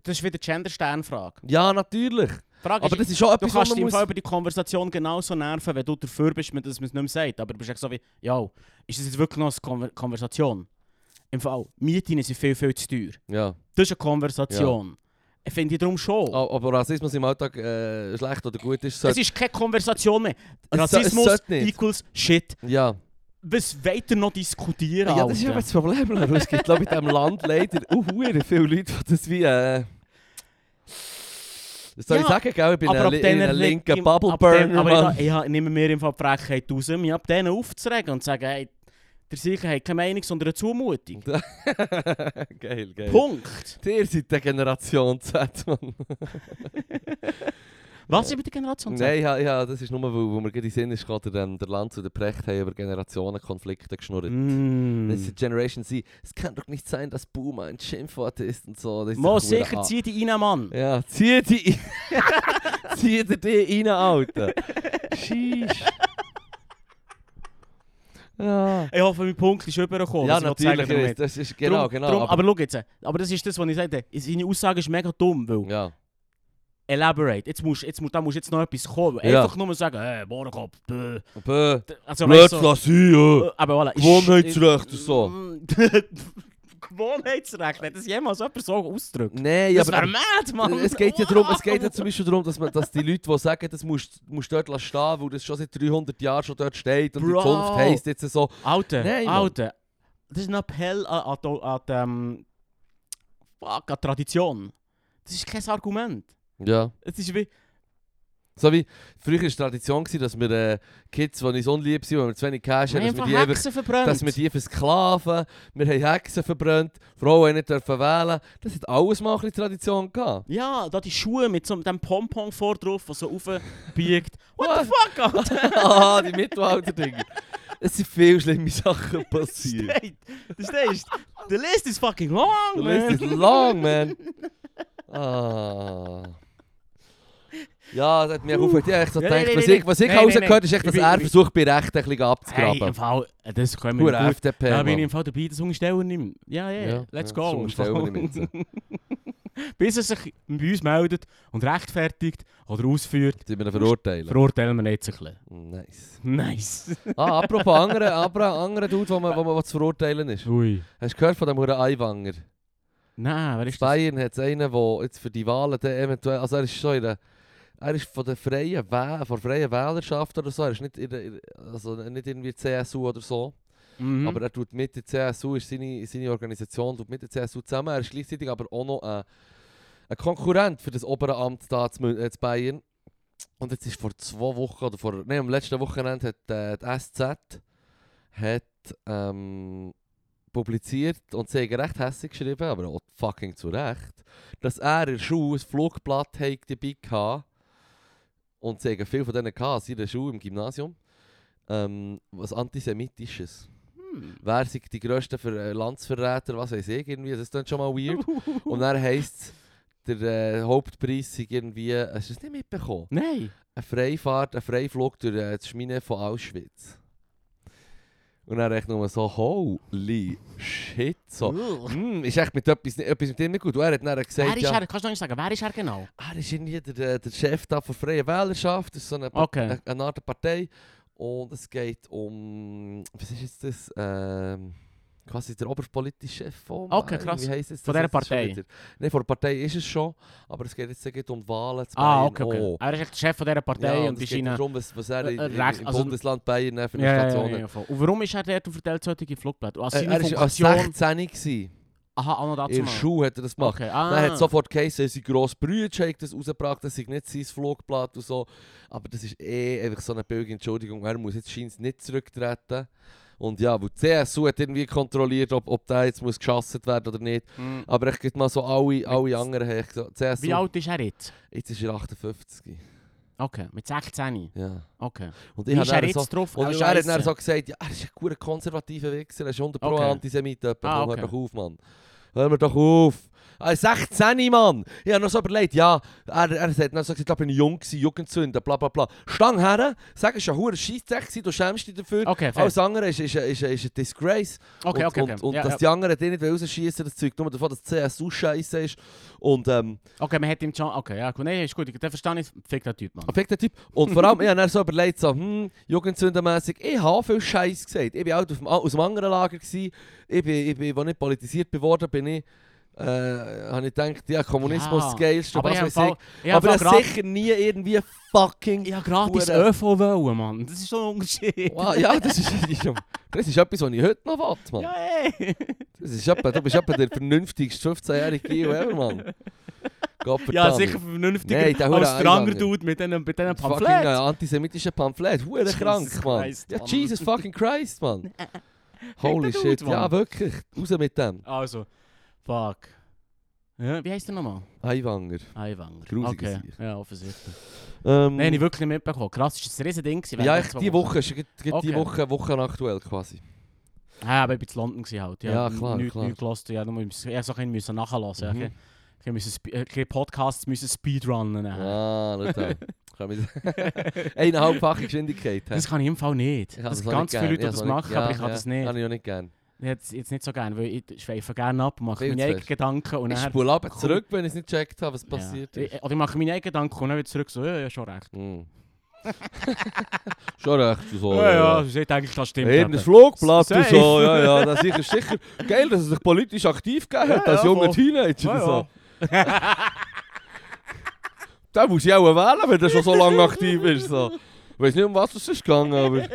S1: Das ist wieder die Gender-Sternfrage.
S2: Ja, natürlich.
S1: Frage
S2: Aber
S1: ist,
S2: das ist schon
S1: Du
S2: etwas, was
S1: kannst
S2: man
S1: dich im
S2: muss...
S1: Fall über die Konversation genauso nerven, wenn du dafür bist, mit- dass man es nicht mehr sagt. Aber du bist echt so wie, ja, ist das jetzt wirklich noch eine Konver Konversation? Im Fall, Mieten sind viel, viel zu teuer.
S2: Ja,
S1: Das ist eine Konversation. Ich finde ich darum schon.
S2: A- aber Rassismus im Alltag äh, schlecht oder gut ist...
S1: Es
S2: Sollte,
S1: ist keine Konversation mehr.
S2: so-
S1: Rassismus
S2: es sollte nicht.
S1: equals shit.
S2: ja.
S1: Was wollt ihr noch diskutieren,
S2: ja, das ist
S1: Alter?
S2: aber das Problem. Leru. Es gibt, glaube ich, in diesem Land leider auch verdammt viele Leute, die das wie... Äh, was soll ich
S1: Ja,
S2: sagen, gell? ich bin
S1: aber
S2: ein,
S1: ab
S2: li- in
S1: denen
S2: einem
S1: liegt
S2: linken
S1: im-
S2: Bubble
S1: ab denen-
S2: Burner,
S1: Aber ich,
S2: Mann.
S1: da- ich, ha- nehme mir im Fall die Frechheit raus, mich ab denen aufzuregen und zu sagen, hey, der Sicherheit keine Meinung, sondern eine Zumutung.
S2: geil, geil.
S1: Punkt.
S2: Ihr seid der Generation Z, Mann.
S1: Was über die Generation Z?
S2: Nein, ja, ja, das ist nur, weil, weil mir gerade in den Sinn ist, gerade der, ähm, der Land zu der Precht haben über Generationenkonflikte geschnurrt.
S1: Mm.
S2: Das ist Generation Z. Es kann doch nicht sein, dass Boomer ein Schimpfwort ist und so. Das ist
S1: Mo,
S2: doch verdammt
S1: sicher
S2: an-
S1: zieh die rein, Mann.
S2: Ja, zieh die Zieh dir die rein, Alter. Sheesh. Ja.
S1: Ich hoffe, mein Punkt Oh, ist übergekommen.
S2: ja,
S1: was ich wollte sagen
S2: natürlich. Ist, das ist genau,
S1: Drum-
S2: genau.
S1: drum-
S2: aber-
S1: aber schau jetzt, aber das ist das, was ich sagte. Seine Aussage ist mega dumm, weil
S2: ja.
S1: elaborate. Jetzt musst, jetzt musst, da muss jetzt noch etwas kommen.
S2: Ja.
S1: Einfach nur sagen, hey, Bohrenkopf, bäh.
S2: Bö.
S1: Also,
S2: Blöd,
S1: weißt du, so,
S2: lass ihn.
S1: äh, aber voilà. ist-
S2: Gewohnheitsrecht und so.
S1: Mm, Gewohnheitsrecht, hat das jemals jemand so ausgedrückt?
S2: Nein,
S1: das
S2: aber...
S1: wäre mad, Mann.
S2: Es geht ja darum, es geht ja
S1: Wow.
S2: zum Beispiel darum, dass, man, dass die Leute, die sagen, das musst du dort lassen stehen, weil das schon seit 300 Jahren schon dort steht und
S1: Bro.
S2: die Zunft heisst jetzt so,
S1: Alter,
S2: Nein, Mann.
S1: Alter. Das ist ein Appell an, an, die- an, die, ähm, fuck, an die Tradition. Das ist kein Argument.
S2: ja.
S1: Es ist wie...
S2: So wie früher war es Tradition, gewesen, dass wir äh, Kids, die uns unlieb sind, weil wir zu wenig Cash haben,
S1: Wir haben
S2: dass wir,
S1: einfach
S2: die einfach,
S1: Hexen verbrannt.
S2: dass wir die versklaven, wir haben Hexen verbrannt, Frauen haben nicht dürfen wählen. Das hat alles mal ein bisschen Tradition gehabt.
S1: Ja, da die Schuhe mit so dem Pompon vor drauf, der so raufbiegt. What the fuck, Alter?
S2: ah, die Mittelalter-Dinger. Es sind viele schlimme Sachen passiert.
S1: Steht. Das ist... The list is fucking long,
S2: The
S1: man.
S2: list is long, man. Ah. Ja, das hat mich auch aufgehört. Ich habe echt so
S1: Ja,
S2: gedacht,
S1: nee, nee,
S2: was
S1: nee.
S2: ich, was ich
S1: Nee, nee,
S2: rausgehört habe,
S1: nee.
S2: ist echt,
S1: Ich
S2: dass
S1: bin-
S2: er
S1: ich bin-
S2: versucht, bei Rechten ein bisschen
S1: Hey,
S2: abzugraben.
S1: im Fall, äh, das können wir
S2: Pure
S1: nicht gut.
S2: FDP,
S1: Da bin
S2: Mann.
S1: ich im Fall dabei, das unterstellen wir nicht mehr. Ja, ja,
S2: Ja,
S1: let's
S2: ja, das
S1: go. im Fall.
S2: unterstellen wir ihm jetzt.
S1: Bis er sich bei uns meldet und rechtfertigt oder ausführt,
S2: Sind wir ihn verurteilen?
S1: verurteilen wir ihn jetzt ein bisschen.
S2: Nice.
S1: Nice.
S2: Ah, apropos andere, andere, andere Dude, wo man, wo man was zu verurteilen ist.
S1: Ui.
S2: Hast du gehört von dem Huren Eiwanger?
S1: Nein, wer ist das?
S2: Bayern hat einen, der jetzt für die Wahlen dann eventuell, also er ist schon in der, er ist von der freien, Wäh von der freien Wählerschaft oder so, er ist nicht, in der, also nicht irgendwie CSU oder so,
S1: Mhm.
S2: aber er tut mit der CSU, ist seine, seine Organisation, tut mit der CSU zusammen, er ist gleichzeitig aber auch noch ein, ein Konkurrent für das obere Amt da zu, Mün- äh, zu Bayern. Und jetzt ist vor zwei Wochen, oder vor, nein, am letzten Wochenende hat äh, die SZ hat, ähm, publiziert und sie haben recht hässlich geschrieben, aber auch fucking zu Recht, dass er in der Schule ein Flugblatt hat dabei hatte. Und sie haben viel von denen gehabt, in der Schule, im Gymnasium. Ähm, was antisemitisches.
S1: Hm.
S2: Wer sind die grössten Ver äh, Landsverräter, was weiß ich irgendwie, das ist dann schon mal weird. und dann heisst es, der äh, Hauptpreis sei irgendwie, hast du es nicht mitbekommen?
S1: Nein.
S2: Eine Freifahrt, ein Freiflug durch äh, das Schmine von Auschwitz. Und dann echt nur so, holy shit, so.
S1: Ugh.
S2: Mm, ist echt mit etwas, nicht- etwas mit ihm nicht gut. Und er hat dann gesagt,
S1: Wer ist
S2: ja,
S1: er? Kannst du noch nicht sagen, wer ist er genau?
S2: er ist irgendwie der- der, der Chef da von Freie Wählerschaft, Dus das ist so eine, Part-
S1: Okay.
S2: eine, eine Art Partei. Und es geht um, was ist jetzt das, ähm, quasi der oberpolitische Chef von,
S1: Okay,
S2: äh,
S1: krass.
S2: Wie heisst jetzt
S1: Von
S2: das
S1: dieser
S2: jetzt schon
S1: Partei?
S2: wieder? Nein, von der Partei ist es schon, aber es geht jetzt geht um Wahlen Oh. zu
S1: Ah,
S2: Bayern
S1: okay, okay.
S2: auch.
S1: Er ist echt der Chef von dieser
S2: ja,
S1: Partei
S2: und
S1: und
S2: es
S1: ist
S2: geht
S1: in
S2: darum, was, was er
S1: Äh,
S2: in,
S1: äh,
S2: in,
S1: recht-
S2: im
S1: also-
S2: Bundesland Bayern äh, für eine
S1: Ja, ja,
S2: Station
S1: ja,
S2: hat.
S1: ja, voll. Und warum ist er dort und verteilt solche Flugblätter? Und als
S2: Äh,
S1: seine
S2: Er war als
S1: Funktion...
S2: 16 gewesen.
S1: Aha, anno dazu
S2: in Nou, der
S1: mal.
S2: Schule hat er das gemacht.
S1: Okay, ah.
S2: Dann hat sofort geheißen, sein grosser Bruder hat das rausgebracht, das sei nicht sein Flugblatt und so. Aber das ist eh einfach so eine billige Entschuldigung. Er muss jetzt scheint nicht zurücktreten. Und ja, weil die CSU hat irgendwie kontrolliert, ob, ob der jetzt muss geschasst werden oder nicht.
S1: Hm.
S2: Aber ich gebe mal so alle, alle anderen her. CSU,
S1: Wie alt ist er jetzt?
S2: jetzt ist er 58.
S1: Okay, mit 16.
S2: Ja.
S1: Okay.
S2: Und
S1: Wie
S2: Also, ich habe
S1: ist er
S2: dann so,
S1: jetzt drauf?
S2: und
S1: Ah,
S2: er hat dann
S1: Scheisse.
S2: so gesagt, ja, er ist ein guter konservativer Wichser, er ist 100 pro
S1: Okay.
S2: Antisemit. jemand.
S1: Ah,
S2: Komm,
S1: okay.
S2: Hör doch auf, Mann. Hör mir doch auf. Er ist 16, Mann. Ich habe noch so überlegt, ja, er, er hat noch so gesagt, ich bin jung, gewesen, Jugendsünde, bla bla bla. Stang her, sag, es war ein hoher Scheissdreck, du schämst dich dafür.
S1: Okay, fair.
S2: Alles andere ist, ist, ist, ist, ist ein Disgrace.
S1: okay,
S2: und
S1: okay, okay.
S2: und, und
S1: ja,
S2: dass
S1: ja.
S2: die anderen die nicht rausschießen, das Zeug nur davon, dass die CSU scheiße ist. Und ähm,
S1: okay, man hat ihm schon... Okay, ja gut. Nein, ist gut. Dann verstehe ich. Fick den Typ, Mann.
S2: Ein fickter Typ. Und vor allem, ich habe dann so überlegt, so, hm, Jugendsündenmässig, ich habe viel Scheiß gesagt. Ich war auch auf dem, aus dem anderen Lager. Gewesen. Ich bin, ich bin, als ich politisiert geworden bin, ich, äh, habe ich gedacht, ja, Kommunismus
S1: Ja,
S2: ist das Geilste,
S1: Aber
S2: was
S1: ich
S2: weiß
S1: habe
S2: ich.
S1: ich
S2: Aber
S1: habe
S2: ich habe
S1: gra-
S2: sicher nie irgendwie fucking...
S1: ich habe gratis
S2: Hure-
S1: ÖV wollen, Mann. Das ist so ein Unterschied.
S2: Wow, ja, das ist, das ist etwas, was ich heute noch will, Mann.
S1: Ja, ey.
S2: Das ist etwa, du bist etwa der vernünftigste 15-jährige Gio ever, Mann. Gottverdammt.
S1: Ja, sicher vernünftiger
S2: Nein, der
S1: als
S2: Hure
S1: der andere
S2: Einwanger.
S1: Dude mit diesen mit diesen
S2: Fucking eh,
S1: Pamphlets.
S2: äh, antisemitische Pamphlet, hure
S1: Jesus
S2: krank, Mann.
S1: Christ,
S2: ja,
S1: Mann.
S2: Jesus fucking Christ, Mann.
S1: Kijk
S2: Holy
S1: den
S2: shit.
S1: Dude, Mann.
S2: Ja, wirklich. Raus mit dem.
S1: Also, fuck. Ja, wie heisst der nochmal?
S2: Eiwanger.
S1: Eiwanger.
S2: Grusiger
S1: okay.
S2: Sieg.
S1: Ja, offensichtlich.
S2: Ähm,
S1: Nein, habe ich wirklich nicht mitbekommen. Krass, ist das ein riesen Ding gewesen.
S2: ja,
S1: während
S2: ich,
S1: der
S2: die
S1: zwei
S2: Woche, ist gerade- gerade
S1: Okay.
S2: die Woche, Woche aktuell quasi.
S1: Ja, aber ich war in London gewesen halt.
S2: Ja,
S1: Ja,
S2: klar,
S1: nichts,
S2: klar.
S1: Nichts gehört. Ja, nur, ich musste so ein bisschen nachhören.
S2: Mhm.
S1: Mhm. Ich musste spe- ein bisschen Podcasts müssen speedrunnen.
S2: Ah, schau da. Können wir- Eineinhalbfache Geschwindigkeit. hä?
S1: Das kann ich im Fall nicht.
S2: Ich habe
S1: das
S2: auch
S1: ganz
S2: nicht
S1: viele Leute,
S2: gern.
S1: die
S2: Ich
S1: das
S2: habe auch
S1: machen,
S2: nicht-
S1: aber
S2: ja,
S1: ich kann
S2: ja.
S1: das nicht.
S2: Habe ich auch nicht gerne.
S1: Ich hätte jetzt nicht so gerne, weil ich schweife gerne ab, mache
S2: Viel
S1: meine
S2: zu
S1: eigenen
S2: fest.
S1: Gedanken und
S2: Ich
S1: dann...
S2: spule ab und zurück, wenn ich es nicht gecheckt habe, was passiert
S1: ja.
S2: ist.
S1: Ich- Oder ich mache meine eigenen Gedanken und dann wieder zurück so, ja, ja, schon recht.
S2: Hm. Schon recht, du so.
S1: ja, ja, sie sagt eigentlich, das stimmt.
S2: Eben Oh, das
S1: eben.
S2: Flugblatt und
S1: Safe.
S2: so, ja, ja, das ist sicher, sicher geil, dass es sich politisch aktiv gegeben hat,
S1: Ja,
S2: als
S1: ja,
S2: junger
S1: voll.
S2: Teenager
S1: Ja,
S2: und
S1: ja.
S2: so. Da muss ich auch wählen, wenn er schon so lange aktiv ist. So. Ich weiß nicht, um was es ist gegangen, aber...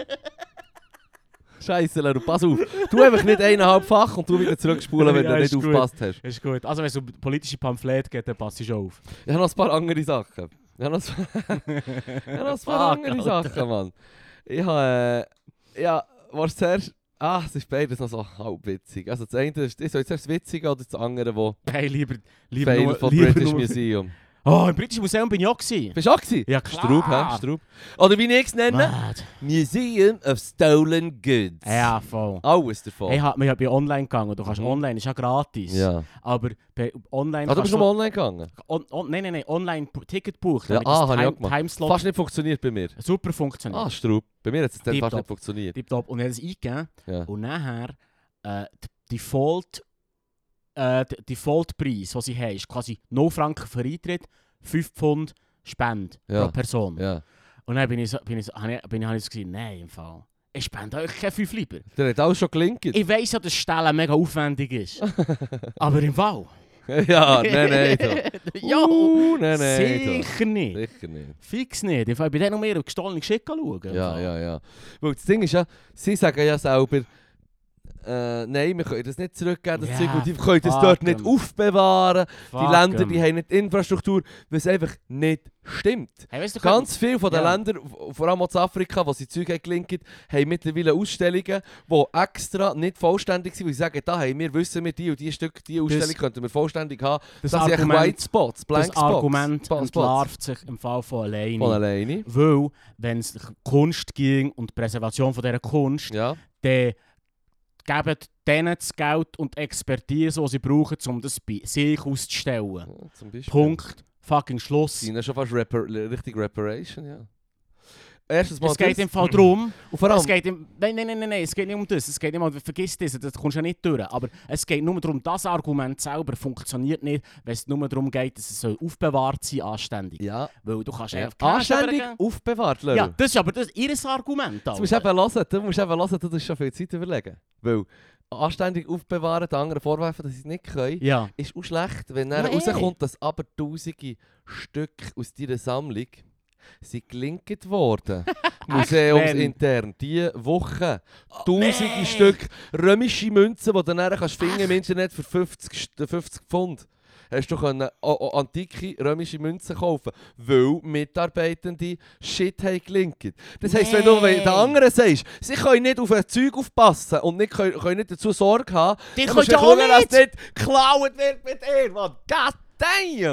S2: Scheiße, Leru, pass auf. Du einfach nicht eineinhalbfach und du wieder zurückspulen, wenn
S1: Ja,
S2: du
S1: ist
S2: nicht
S1: gut.
S2: aufgepasst hast.
S1: Ist gut. Also wenn es um politische Pamphlete geht, dann passe ich schon auf.
S2: Ich habe noch ein paar andere Sachen. Ich habe noch, ein ich habe noch ein paar
S1: Fuck,
S2: andere
S1: Alter.
S2: Sachen, Mann. Ich habe... Äh, ja, was zuerst... Ah, es ist beides noch so halb witzig. Also das eine ist... Ich soll zuerst witzig oder das andere, wo...
S1: Hey, lieber, lieber
S2: Fail
S1: nur...
S2: vom
S1: lieber
S2: British
S1: nur-
S2: Museum.
S1: Oh, im Britischen Museum bin ich auch gewesen.
S2: Bist du auch gewesen?
S1: Ja, klar.
S2: Straub, hä? Straub. Oder wie ich es nenne...
S1: Mad.
S2: Museum of Stolen Goods.
S1: Ja, voll.
S2: Alles davon.
S1: Hey, ich bin online gegangen, du kannst
S2: Ah, Mhm.
S1: online, ist ja gratis.
S2: ja.
S1: Aber bei, online
S2: Ah, du
S1: kannst
S2: bist schon mal online gegangen?
S1: on, on, nein, nein, nein, online bu- Ticket buchen.
S2: Ja,
S1: damit das
S2: ah, habe ich
S1: Time-
S2: auch gemacht.
S1: Timeslot
S2: Fast nicht funktioniert bei mir.
S1: super funktioniert.
S2: Ah, Straub. Bei mir hat es dann fast
S1: Tipptopp.
S2: nicht funktioniert.
S1: Tipptopp. Und er hat es eingegeben.
S2: Ja.
S1: Und nachher, äh, d- Default, äh, d- Default-Preis, den sie haben, ist quasi 0 Franken für Eintritt, 5 Pfund Spende
S2: Ja.
S1: pro Person.
S2: ja.
S1: Und dann bin ich, so, bin ich, so, habe ich, bin ich, habe ich so gesagt, nein, im Fall. Ich spende euch keine 5 lieber.
S2: Der hat alles schon gelinkt.
S1: Ich weiss ja, dass Stellen mega aufwendig ist. aber im Fall.
S2: ja, nein, nein. da.
S1: ja,
S2: Uh, nein, nein. da.
S1: sicher nicht.
S2: Sicher nicht.
S1: Fix nicht. Ich bin dann noch mehr auf gestohlene Geschick schauen.
S2: Ja, ja, ja. Weil das Ding ist ja, sie sagen ja selber, äh, nein, wir können das nicht zurückgeben, das
S1: Ja,
S2: Zeug, und die können das
S1: fuck
S2: dort nicht
S1: em.
S2: aufbewahren.
S1: Fuck
S2: die Länder, die
S1: em.
S2: haben nicht die Infrastruktur, was einfach nicht stimmt.
S1: Hey, weißt du,
S2: Ganz viele von den
S1: Ja.
S2: Ländern, v- vor allem aus Afrika, wo sie Zeug haben gelinkt, haben mittlerweile Ausstellungen, die extra nicht vollständig sind, weil sie sagen, da haben wir, wissen wir die und die Stück, die Ausstellung könnten wir vollständig haben.
S1: das
S2: das sind
S1: Argument-
S2: White Spots, Blank
S1: das
S2: Spots.
S1: Argument
S2: Spo-
S1: entlarvt sich im Fall von alleine.
S2: Von alleine.
S1: Weil, wenn es Kunst ging und die Präservation von dieser Kunst,
S2: Ja.
S1: dann geben denen das Geld und die Expertise, die sie brauchen, um das bei sich auszustellen.
S2: ja zum Beispiel.
S1: Punkt. Fucking Schluss.
S2: sind ja schon fast Repar richtig Reparation, ja. Erstens mal
S1: Es geht
S2: das.
S1: im Fall darum,
S2: Und vor allem,
S1: es geht im, nein, nein, nein, nein, nein, es geht nicht um das, es geht nicht um, vergiss das, das kommst du ja nicht durch. Aber es geht nur darum, das Argument selber funktioniert nicht, wenn es nur darum geht, dass es soll aufbewahrt sein anständig.
S2: ja, Ah,
S1: Weil du kannst
S2: ja.
S1: einfach Cash
S2: anständig
S1: übergeben.
S2: aufbewahrt, Leute.
S1: Ja, das ist aber das ihr Argument.
S2: Du musst
S1: Alter.
S2: eben hören, du musst eben hören, du musst schon viel Zeit überlegen. Weil anständig aufbewahren, den anderen vorwerfen, dass sie es nicht können,
S1: Ja.
S2: ist auch schlecht, wenn dann
S1: Ja, eh.
S2: rauskommt, dass aber tausende Stück aus deiner Sammlung sind gelinkt worden. Museumsintern, diese Woche. Tausende
S1: Oh, nee.
S2: Stück römische Münzen, die du dann kannst finden im Internet für 50, St- 50 Pfund. Hast du können, oh, oh, antike römische Münzen kaufen, weil Mitarbeitende Shit haben gelinkt. Das heisst, wenn du
S1: Nee.
S2: den anderen sagst, sie können nicht auf ein Zeug aufpassen und nicht, können, können nicht dazu Sorge haben,
S1: Die
S2: dann
S1: können
S2: musst du
S1: ja
S2: schauen,
S1: auch
S2: dass
S1: nicht.
S2: nicht geklaut wird mit ihr, Mann. God damn!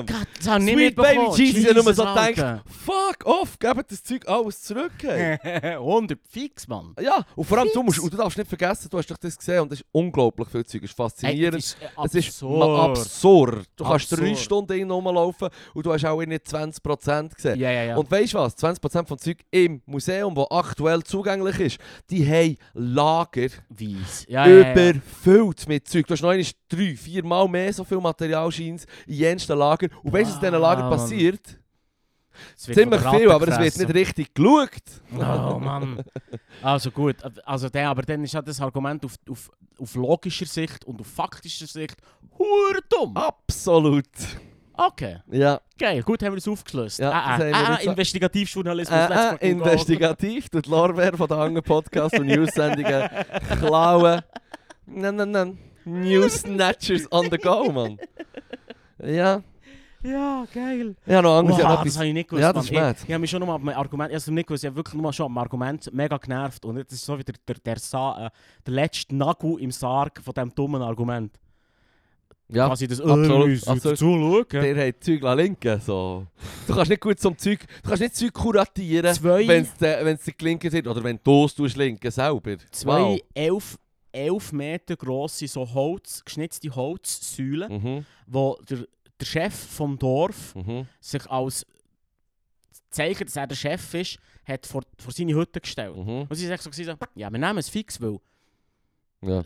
S1: Gott, das habe ich nicht
S2: Sweet Baby
S1: mitbekommen.
S2: Jesus, der nur so
S1: Jesus,
S2: denkt,
S1: Alter.
S2: fuck off, gebt das Zeug alles zurück. Hey.
S1: 100 fix, Mann.
S2: Ja, und vor allem, du,
S1: Fix.
S2: musst, und du darfst nicht vergessen, du hast doch das gesehen und das ist unglaublich viel Zeug, es ist faszinierend.
S1: ist, äh,
S2: es ist
S1: absurd.
S2: ma- absurd. Du kannst drei
S1: Absurd.
S2: Stunden innen rumlaufen und du hast auch nicht 20% gesehen.
S1: Ja, ja, ja.
S2: Und weißt du was? 20% von Zeug im Museum, das aktuell zugänglich ist, die haben Lager
S1: Weiss. Ja, ja, ja, ja.
S2: überfüllt mit Zeug. Du hast noch einmal drei, vier Mal mehr so viel Material scheint in jensten Lager. Und weißt du, was in diesen
S1: Wow,
S2: Lager
S1: Mann.
S2: passiert?
S1: Es wird
S2: Ziemlich
S1: von der
S2: viel,
S1: Ratte
S2: aber es wird
S1: gefressen.
S2: nicht richtig geschaut.
S1: Oh Mann. Also gut, also der, aber dann ist ja das Argument auf, auf, auf logischer Sicht und auf faktischer Sicht hure dumm.
S2: Ah. Absolut.
S1: Okay,
S2: Ja.
S1: geil, gut haben wir es aufgelöst.
S2: Ja,
S1: ah, ah,
S2: das haben wir
S1: ah, ah,
S2: jetzt-
S1: Investigativjournalismus, let's
S2: Äh, äh,
S1: fucking go.
S2: investigativ, durch die Lorbeer von den anderen Podcasts und News-Sendungen klauen. Nein, nein, nein. News Snatchers on the go, Mann. Ja.
S1: Ja, geil.
S2: Ich habe noch
S1: Wow,
S2: Angst, ich habe noch
S1: das
S2: etwas...
S1: habe ich nicht gewusst.
S2: Ja, das
S1: Mann.
S2: ist mad.
S1: Ich, ich habe mich schon noch mal an mein Argument, also nicht gewusst, ich habe wirklich nur mal schon am Argument mega Oh, genervt. Und jetzt ist so wieder der, der, Sa äh, der letzte Nagel im Sarg von diesem dummen Argument. dus
S2: Ja,
S1: Quasi das
S2: absolut, absolut.
S1: zuschauen.
S2: der hat Zeug linken, so. Du kannst nicht gut zum Zeug... Du kannst nicht Zeug kuratieren,
S1: Zwei-
S2: wenn es dir wenn es dir gelinkt hat. Oder wenn du es tust linken, selber.
S1: Zwei elf, elf Meter grosse so Holz, geschnitzte Holzsäulen,
S2: Wow. Mhm,
S1: wo der, der Chef vom Dorf
S2: mhm.
S1: sich als Zeichen, dass er der Chef ist, hat vor, vor seine Hütte gestellt.
S2: Mhm.
S1: Und sie sagt so, gewesen, ja, wir nehmen es fix, weil
S2: Ja.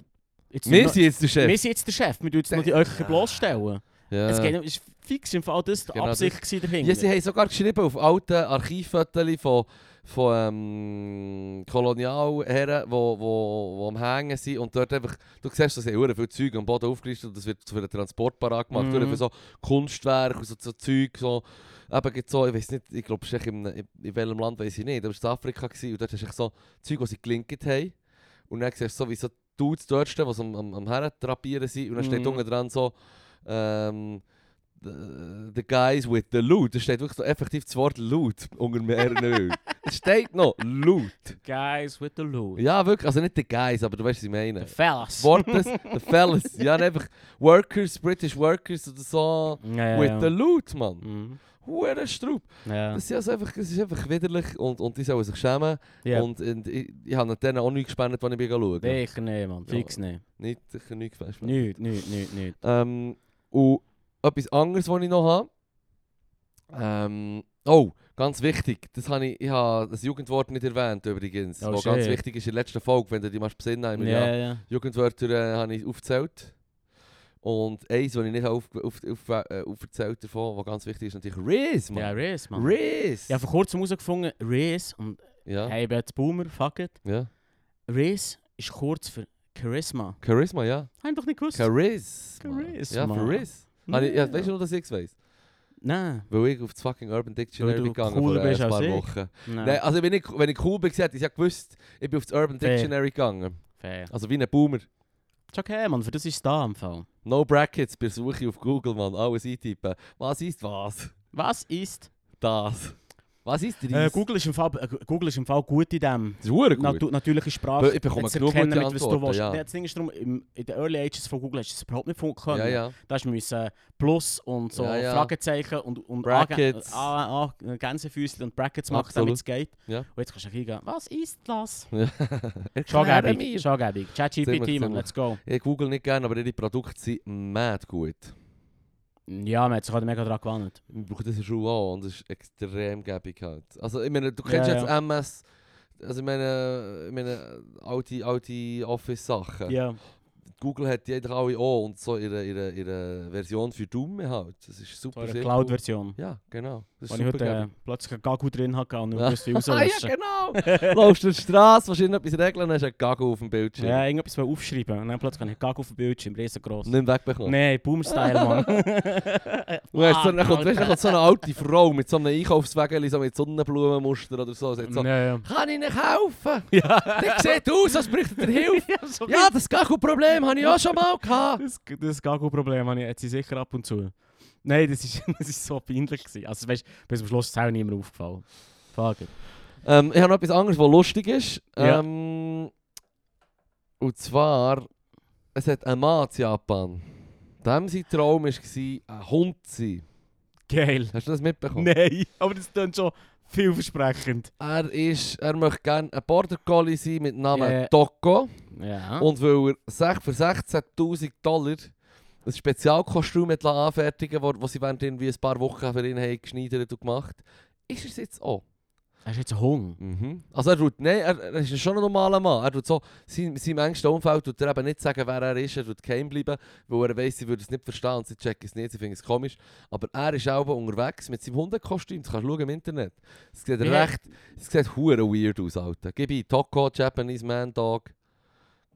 S1: jetzt
S2: Wir sind jetzt der Chef.
S1: wir sind jetzt der Chef, wir tun jetzt nur die Öcher bloßstellen.
S2: Ja.
S1: Es geht, um, es ist fix im Fall das die
S2: Genau
S1: Absicht gewesen dahinter.
S2: Ja, sie haben sogar geschrieben auf alten Archivfotos von, von ähm, Kolonialherren, die wo, wo, wo am Hängen sind. Und dort einfach, du siehst, da sind sehr viele Zeug am Boden aufgelistet und das wird für den Transport parat gemacht.
S1: Mhm.
S2: Oder für so Kunstwerke und so, so Zeug. So, eben gibt's so, ich weiß nicht, ich glaube, in, in welchem Land weiß ich nicht, aber es war in Afrika gewesen, und dort hast du echt so Zeug, die sie gelinkt haben. Und dann siehst du so, wie so Dudes dort stehen, die so am, am, am Herrentrapieren sind. Und dann steht
S1: Mhm.
S2: unten dran so, ähm, the, the guys with the loot. Da steht wirklich so effektiv das Wort loot unter mehreren Öl. Es steht noch loot.
S1: Guys with the loot.
S2: Ja, wirklich. Also nicht the guys, aber du weißt, was ich meine.
S1: The fellas.
S2: Das Wort ist the fellas. Ja, und einfach workers, British workers oder so.
S1: Ja, ja,
S2: With
S1: ja.
S2: the loot, Mann.
S1: Mhm.
S2: Huere Strub.
S1: Ja.
S2: Das ist, also einfach, das ist einfach widerlich und, und die sollen sich schämen.
S1: Ja.
S2: Und, und ich, ich habe denen auch nichts gespendet, als ich bin schauen.
S1: Sicher nicht, Mann.
S2: Ja.
S1: Fix nicht.
S2: Nicht, sicher nichts
S1: Nicht,
S2: gespendet.
S1: nicht, nicht, nicht.
S2: Ähm, und etwas anderes, was ich noch habe. Ähm, oh, ganz wichtig. Das habe ich, ich habe das Jugendwort nicht erwähnt übrigens.
S1: Oh,
S2: was ganz
S1: shit.
S2: wichtig ist in der letzten Folge, wenn du dich mal besinnen hast.
S1: Ja,
S2: Ja.
S1: ja.
S2: Jugendwörter äh, habe ich aufgezählt. Und eins, das ich nicht auf, auf, auf, äh, aufgezählt davon, was ganz wichtig ist, natürlich Riz,
S1: Ja,
S2: Mann.
S1: Riz, Mann.
S2: Riz!
S1: Ich habe vor kurzem herausgefunden, Riz, und
S2: Ja.
S1: hey, ich bin jetzt Boomer, fuck it.
S2: ja.
S1: Riz ist kurz für Charisma.
S2: Charisma, ja.
S1: Habe ich doch nicht gewusst.
S2: Chariz.
S1: Chariz,
S2: Ja,
S1: Mann.
S2: für Riz. Ja. Ich, Ah, ja, weißt du nur, dass ich es weiss?
S1: Nein.
S2: Weil ich auf das fucking Urban Dictionary
S1: Weil du
S2: bin gegangen
S1: cooler
S2: vor äh,
S1: bist
S2: ein
S1: als
S2: paar
S1: ich.
S2: Wochen.
S1: Nein.
S2: Nein, also wenn ich, wenn ich cool bin, gesagt, ich ja gewusst, ich bin auf das Urban
S1: Fair.
S2: Dictionary gegangen.
S1: Fair. Ist
S2: Also wie ein Boomer.
S1: okay, Mann, für das ist es da im Fall.
S2: No brackets bei der Suche auf Google, Oh, Mann. Alles eintippen. Was ist was?
S1: Was ist...
S2: Das. Was ist dies?
S1: Äh, Google, ist im Fall, äh, Google ist im Fall gut in dem.
S2: Das ist verdammt gut.
S1: Natu natürliche Sprache.
S2: Ich bekomme
S1: jetzt
S2: genug
S1: erkennen,
S2: gute
S1: mit was
S2: Antworten,
S1: du willst.
S2: ja.
S1: Nein, Das Ding ist darum, im, in den Early Ages von Google hast du es überhaupt nicht funktioniert.
S2: Ja, ja.
S1: Da hast du müssen äh, Plus und so
S2: Ja, ja.
S1: Fragezeichen und, und
S2: Brackets.
S1: A, A, A, Gänsefüßchen und Brackets machen, damit es geht.
S2: Ja.
S1: Und jetzt kannst du hingehen, was ist das? Schon
S2: Erkläre
S1: gäbig,
S2: mir.
S1: schon gäbig. ChatGPT,
S2: Ziemlich,
S1: man,
S2: ziemlich.
S1: let's go.
S2: Ich google nicht gerne, aber ihre Produkte sind mad gut.
S1: Ja, man hat sich halt mega dran gewandt.
S2: Wir brauchen das in der Schule auch und das ist extrem gäbig halt. Also ich meine, du kennst
S1: Ja,
S2: jetzt
S1: ja.
S2: MS... Also eh, ich meine, ich meine alte, alte Office-Sachen.
S1: Ja.
S2: Google hat jeder alle auch und so ihre, ihre, ihre Version für Dumme halt. Das ist
S1: So
S2: super.
S1: eine
S2: sehr cool.
S1: Cloud-Version.
S2: Ja, genau. Das
S1: Wo
S2: ist
S1: ich
S2: super
S1: heute äh,
S2: geil.
S1: plötzlich einen Gagu drin hatte und nicht
S2: Ja.
S1: wusste, wie
S2: Ah ja,
S1: rauslöschen.
S2: genau. Laufst du die Straße, willst irgendetwas regeln, hast du einen Gagel auf dem Bildschirm.
S1: Ja, irgendetwas wollte aufschreiben und dann plötzlich habe ich Gagu auf dem Bildschirm, riesengroß.
S2: Nicht wegbekommen.
S1: Nein, Boomer-Style, Mann.
S2: Und dann, hast du so,
S1: Ah,
S2: dann, kommt, weißt, du, dann kommt so eine alte Frau mit so einem Einkaufswagen, so mit Sonnenblumenmuster oder so. Sagt so,
S1: Ja,
S2: Kann ich nicht helfen?
S1: ja.
S2: Der sieht aus, als bräuchte er Hilfe.
S1: Ja, so
S2: Ja, das Gagel-Problem habe ich auch schon mal gehabt.
S1: Das, das Gago-Problem habe ich jetzt sicher ab und zu. Nein, das ist, das ist so peinlich. Gewesen. Also weißt, bis zum Schluss ist es auch niemand aufgefallen. Fuck it.
S2: Ähm, ich habe noch etwas anderes, was lustig ist.
S1: Ja.
S2: Ähm, Und zwar, es hat ein Mann in Japan. Dem sein Traum war, ein Hund zu sein.
S1: Geil. Oh,
S2: Hast du das mitbekommen?
S1: Nein, aber das klingt schon vielversprechend.
S2: Er, ist, er möchte gerne ein Border Collie sein mit Namen
S1: Ja. Ah.
S2: Toko.
S1: Ja.
S2: Und weil er sech- für 16'000 Dollar ein Spezialkostüm hat lassen anfertigen lassen, das sie während irgendwie ein paar Wochen für ihn haben geschneidert und gemacht ist er es jetzt auch.
S1: Hast du jetzt einen Hunger?
S2: Mhm. Also er tut, nein, er, er ist schon ein normaler Mann. Er tut so, sein, seinem engsten Umfeld tut er eben nicht sagen, wer er ist. Er tut geheim bleiben, weil er weiss, sie würden es nicht verstehen und sie checken es nicht, sie finden es komisch. Aber er ist auch unterwegs mit seinem Hundekostüm. Das kannst du schauen im Internet. Es sieht
S1: Ja.
S2: recht, es sieht hure weird aus, Alter. Gib ihm Toko, Japanese Man Dog.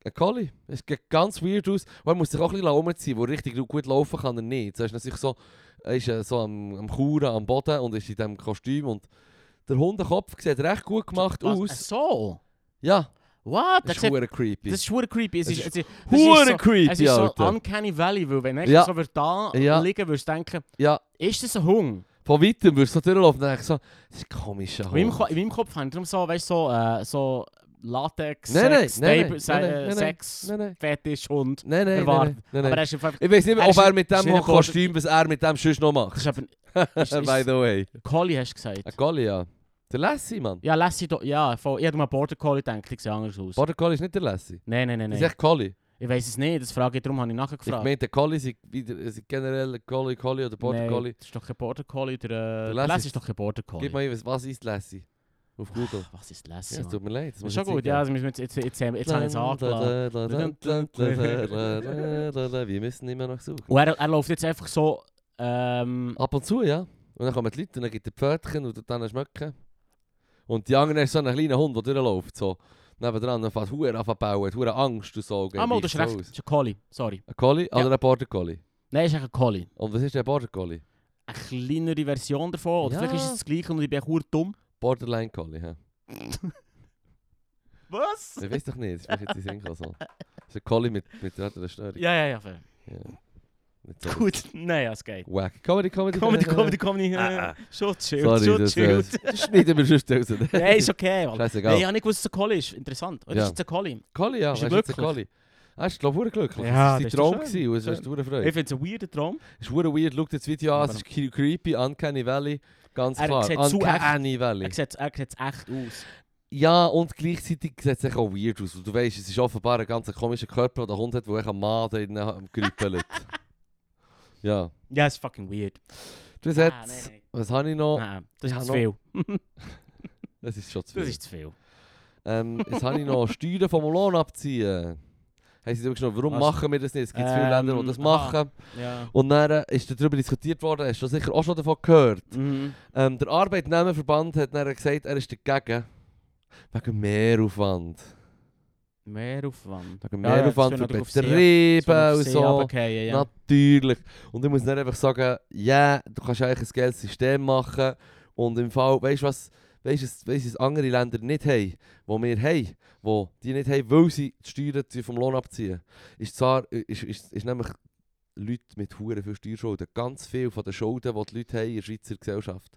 S2: Ein Collie. Es sieht ganz weird aus. Und er muss sich auch ein bisschen umziehen, wo richtig gut laufen kann er Dus nicht. So ist natürlich so, er ist äh, so am, am Kuren, am Boden und ist in diesem Kostüm und der Hundenkopf sieht recht gut gemacht
S1: Was?
S2: aus.
S1: Äh, So?
S2: Ja,
S1: What?
S2: Das ist
S1: sieht-
S2: hure creepy.
S1: das ist hure creepy. Es
S2: Es
S1: ist,
S2: ist
S1: es ist, das ist
S2: Hure
S1: so- Es
S2: creepy,
S1: ist so
S2: Alter.
S1: Uncanny Valley, weil wenn ich
S2: Ja.
S1: so würd da
S2: Ja.
S1: liegen würdest du denken,
S2: Ja,
S1: ist das ein Hung?
S2: von weitem würdest du so durchlaufen und denkst so, das ist ein komischer
S1: In meinem,
S2: Hund.
S1: Ko- in meinem Kopf habe ich darum so, weißt du, so, äh, so Latex,
S2: Nein, nein,
S1: Sex,
S2: nein,
S1: Tape-
S2: nein,
S1: Se-
S2: nein,
S1: äh,
S2: nein,
S1: Sex,
S2: Nein, nein,
S1: Fetisch, Hund.
S2: nein, nein,
S1: erwartet.
S2: nein, nein,
S1: Aber er
S2: nein.
S1: ist einfach...
S2: Ich weiß nicht,
S1: er
S2: mehr, ob
S1: ist
S2: er
S1: ein-
S2: mit
S1: ist
S2: dem
S1: nicht ein
S2: Kostüm, was er mit dem sonst noch
S1: Das
S2: macht.
S1: ist aber... ist- ist-
S2: By the way.
S1: Collie hast du gesagt.
S2: Ein Collie, ja. Der Lassie, Mann.
S1: Ja, Lassie... do- Ja, voll. ich hätte mal Border Collie gedacht, ich sehe anders aus.
S2: Border Collie ist nicht der Lassie.
S1: Nein, nein, nein,
S2: Das
S1: nein.
S2: ist echt Collie.
S1: Ich weiß es nicht, das frage ich, darum habe ich
S2: Ich
S1: nachgefragt.
S2: meine, der Collie sind wieder- sind generell Collie, Collie oder Border
S1: Nein,
S2: Collie.
S1: Das ist doch kein Border Collie. Der, äh, der
S2: Lassie
S1: Lassie
S2: ist-
S1: ist doch kein Border Collie. Ah,
S2: Gib mal ein, was- was ist Lassie? Auf Google.
S1: Ach, Was ist
S2: Ja,
S1: Lassie?
S2: es
S1: Mann?
S2: tut mir leid. das
S1: Das ist
S2: muss
S1: schon
S2: jetzt
S1: gut,
S2: eingehen.
S1: ja, also wir müssen- jetzt, jetzt, jetzt, jetzt habe ich es angeladen.
S2: Wir müssen immer noch suchen.
S1: Und er, er läuft jetzt einfach so. Ähm,
S2: Ab und zu, ja. Und dann kommen die Leute und dann gibt es Pfötchen und dann schmecken. Und die anderen ist so ein kleiner Hund, der durchläuft. So. Nebendran und fährt Huren anbauen, Huren Angst und so.
S1: ah, mal,
S2: Oh, Wie
S1: das ist
S2: so
S1: recht. Das
S2: aus.
S1: ist ein Collie, sorry.
S2: Ein Collie
S1: Ja.
S2: oder ein Border Collie?
S1: Nein, es ist eigentlich ein Collie.
S2: Und was ist der Border Collie?
S1: Eine kleinere Version davon. Oder
S2: Ja.
S1: vielleicht ist es das gleiche und ich bin echt dumm.
S2: Borderline Collie, hä?
S1: Was?
S2: Ich weiß doch nicht, das ist mir jetzt in den Sinn gekommen, so. Das ist ein Collie mit, mit einer Störung.
S1: Ja, ja, ja. fair.
S2: Ja. Nicht so
S1: Gut, nein, ja, es geht.
S2: Wack. Comedy, Comedy,
S1: Comedy, Comedy, Comedy.
S2: Ah, ah.
S1: Schon chill,
S2: Sorry, eh,
S1: schon
S2: das,
S1: chill.
S2: das, das schneiden wir sonst raus.
S1: Nein, ist okay, Mann. Nein, ich
S2: Scheißegal.
S1: habe nicht gewusst, dass es ein Collie ist. Interessant. Oder
S2: Ja.
S1: ist es ein Collie?
S2: Colli, ja,
S1: Ist
S2: ist
S1: er
S2: er glücklich?
S1: glücklich?
S2: Colli. Er ist, glaube ich, glücklich.
S1: Ja,
S2: das
S1: das
S2: ist
S1: ist
S2: sein
S1: doch
S2: Traum
S1: schön.
S2: gewesen und es ist eine
S1: Ich
S2: Freude.
S1: finde es ein weirder Traum.
S2: Es ist verdammt weird, schau dir das Video an, es ist cre- creepy, Uncanny Valley, ganz
S1: Er
S2: klar.
S1: sieht zu
S2: Uncanny Valley.
S1: Er sieht, er sieht echt aus.
S2: Ja, und gleichzeitig sieht es echt auch weird aus. Und du weißt, es ist offenbar ein ganz komischer Körper, den der Hund hat, der echt am Mann da drin am Grüppelt. eh, ja.
S1: Ja, es ist fucking weird.
S2: Das
S1: Ah,
S2: hat...
S1: nein, nein.
S2: Was habe ich noch?
S1: Nein, das
S2: Ja,
S1: ist zu
S2: noch-
S1: viel.
S2: Das ist schon zu
S1: Das
S2: viel.
S1: ist zu viel.
S2: Ähm, jetzt habe ich noch Steuern vom Lohn abziehen. Haben sie schon, warum
S1: Was?
S2: machen wir das nicht? Es gibt viele Länder, die das
S1: Ähm,
S2: machen.
S1: Ja.
S2: Und dann äh, ist darüber diskutiert worden, hast du sicher auch schon davon gehört.
S1: Mhm.
S2: Ähm, der Arbeitnehmerverband hat dann gesagt, er ist dagegen. Wegen Mehraufwand.
S1: Mehr Aufwand.
S2: Wegen
S1: Ja, ja,
S2: Mehraufwand
S1: das
S2: für
S1: tun natürlich auf
S2: Betriebe und
S1: Auf See
S2: so.
S1: runterfallen, ja.
S2: Natürlich. Und ich muss dann einfach sagen, ja, du kannst eigentlich ein geiles System machen. Und im Fall, weißt du was, weißt du, was- weißt du, was andere Länder nicht haben, wo wir haben, wo die nicht haben, weil sie die Steuern zu- vom Lohn abziehen, ist zwar, ist, ist, ist nämlich Leute mit Huren für Steuerschulden. Ganz viel von den Schulden, die die Leute haben in der Schweizer Gesellschaft,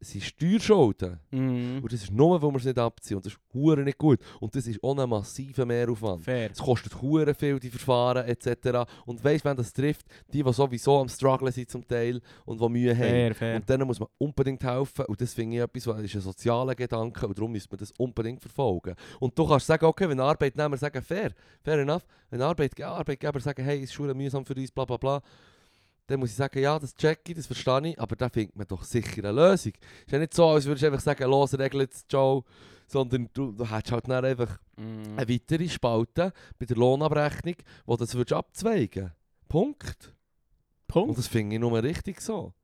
S2: sind Steuerschulden.
S1: Mhm.
S2: Und das ist nur, weil wir es nicht abziehen. Und das ist Huren nicht gut. Und das ist auch ein massiver Mehraufwand.
S1: Fair.
S2: Es kostet hure viel, die Verfahren etc. Und weißt wenn das trifft, die, die sowieso am strugglen sind zum Teil und die Mühe haben.
S1: Fair, fair.
S2: Und denen muss man unbedingt helfen und das finde ich etwas, was ist ein sozialer Gedanke und darum müssen wir das unbedingt verfolgen. Und du kannst sagen, okay, wenn Arbeitnehmer sagen, fair, fair enough, wenn Arbeitge Arbeitgeber sagen, hey, ist Schule mühsam für uns, bla bla bla, dann muss ich sagen, ja, das check ich, das verstehe ich, aber da findet man doch sicher eine Lösung. Ist ja nicht so, als würdest du einfach sagen, los, regelt es, ciao, sondern du, du hättest halt dann einfach
S1: Mhm.
S2: eine weitere Spalte bei der Lohnabrechnung, wo das würdest abzweigen Punkt. Und
S1: Punkt.
S2: das finde ich nur richtig so.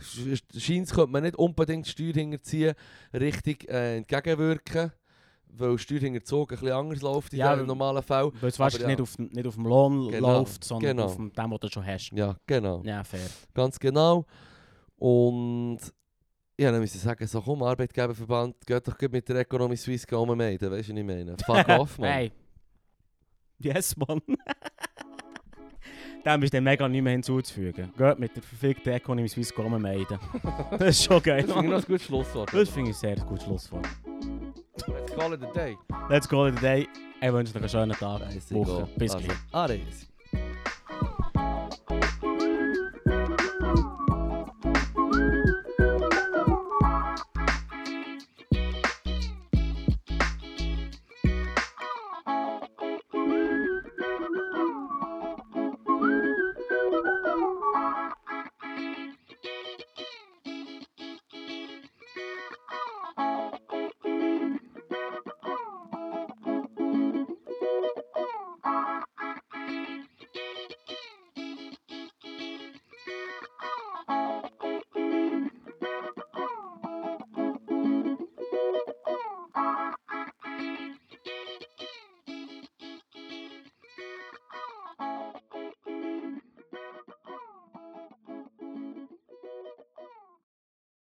S2: Sch- sch- Scheint könnte man nicht unbedingt Steuer hinterziehen, richtig äh, entgegenwirken, weil Steuer hinterzogen ein bisschen anders läuft in
S1: Ja,
S2: ja,
S1: weil-
S2: dem normalen Fall.
S1: Weil es wahrscheinlich
S2: ja.
S1: nicht, auf, nicht auf dem Lohn
S2: Genau,
S1: läuft, sondern
S2: genau.
S1: auf dem, dem, was du schon hast.
S2: Ja, genau.
S1: Ja, fair.
S2: Ganz genau. Und ja, dann müssen sagen, so komm, Arbeitgeberverband, geht doch gut mit der Economy Suisse ummeiden, weißt du, was ich meine? Fuck off, Mann.
S1: Hey. Yes, Mann. Dem ist dem mega nicht mehr hinzuzufügen. Geht mit der verfickten Economy Suisse kommen meiden. Das ist schon geil.
S2: Das finde ich noch
S1: Mann.
S2: ein gutes Schlusswort.
S1: Das finde ich ein sehr gutes Schlusswort.
S2: Let's call it a day. Also.
S1: Let's call it a day. Ich wünsche dir einen schönen Tag. Woche. Bis gleich.
S2: Ares.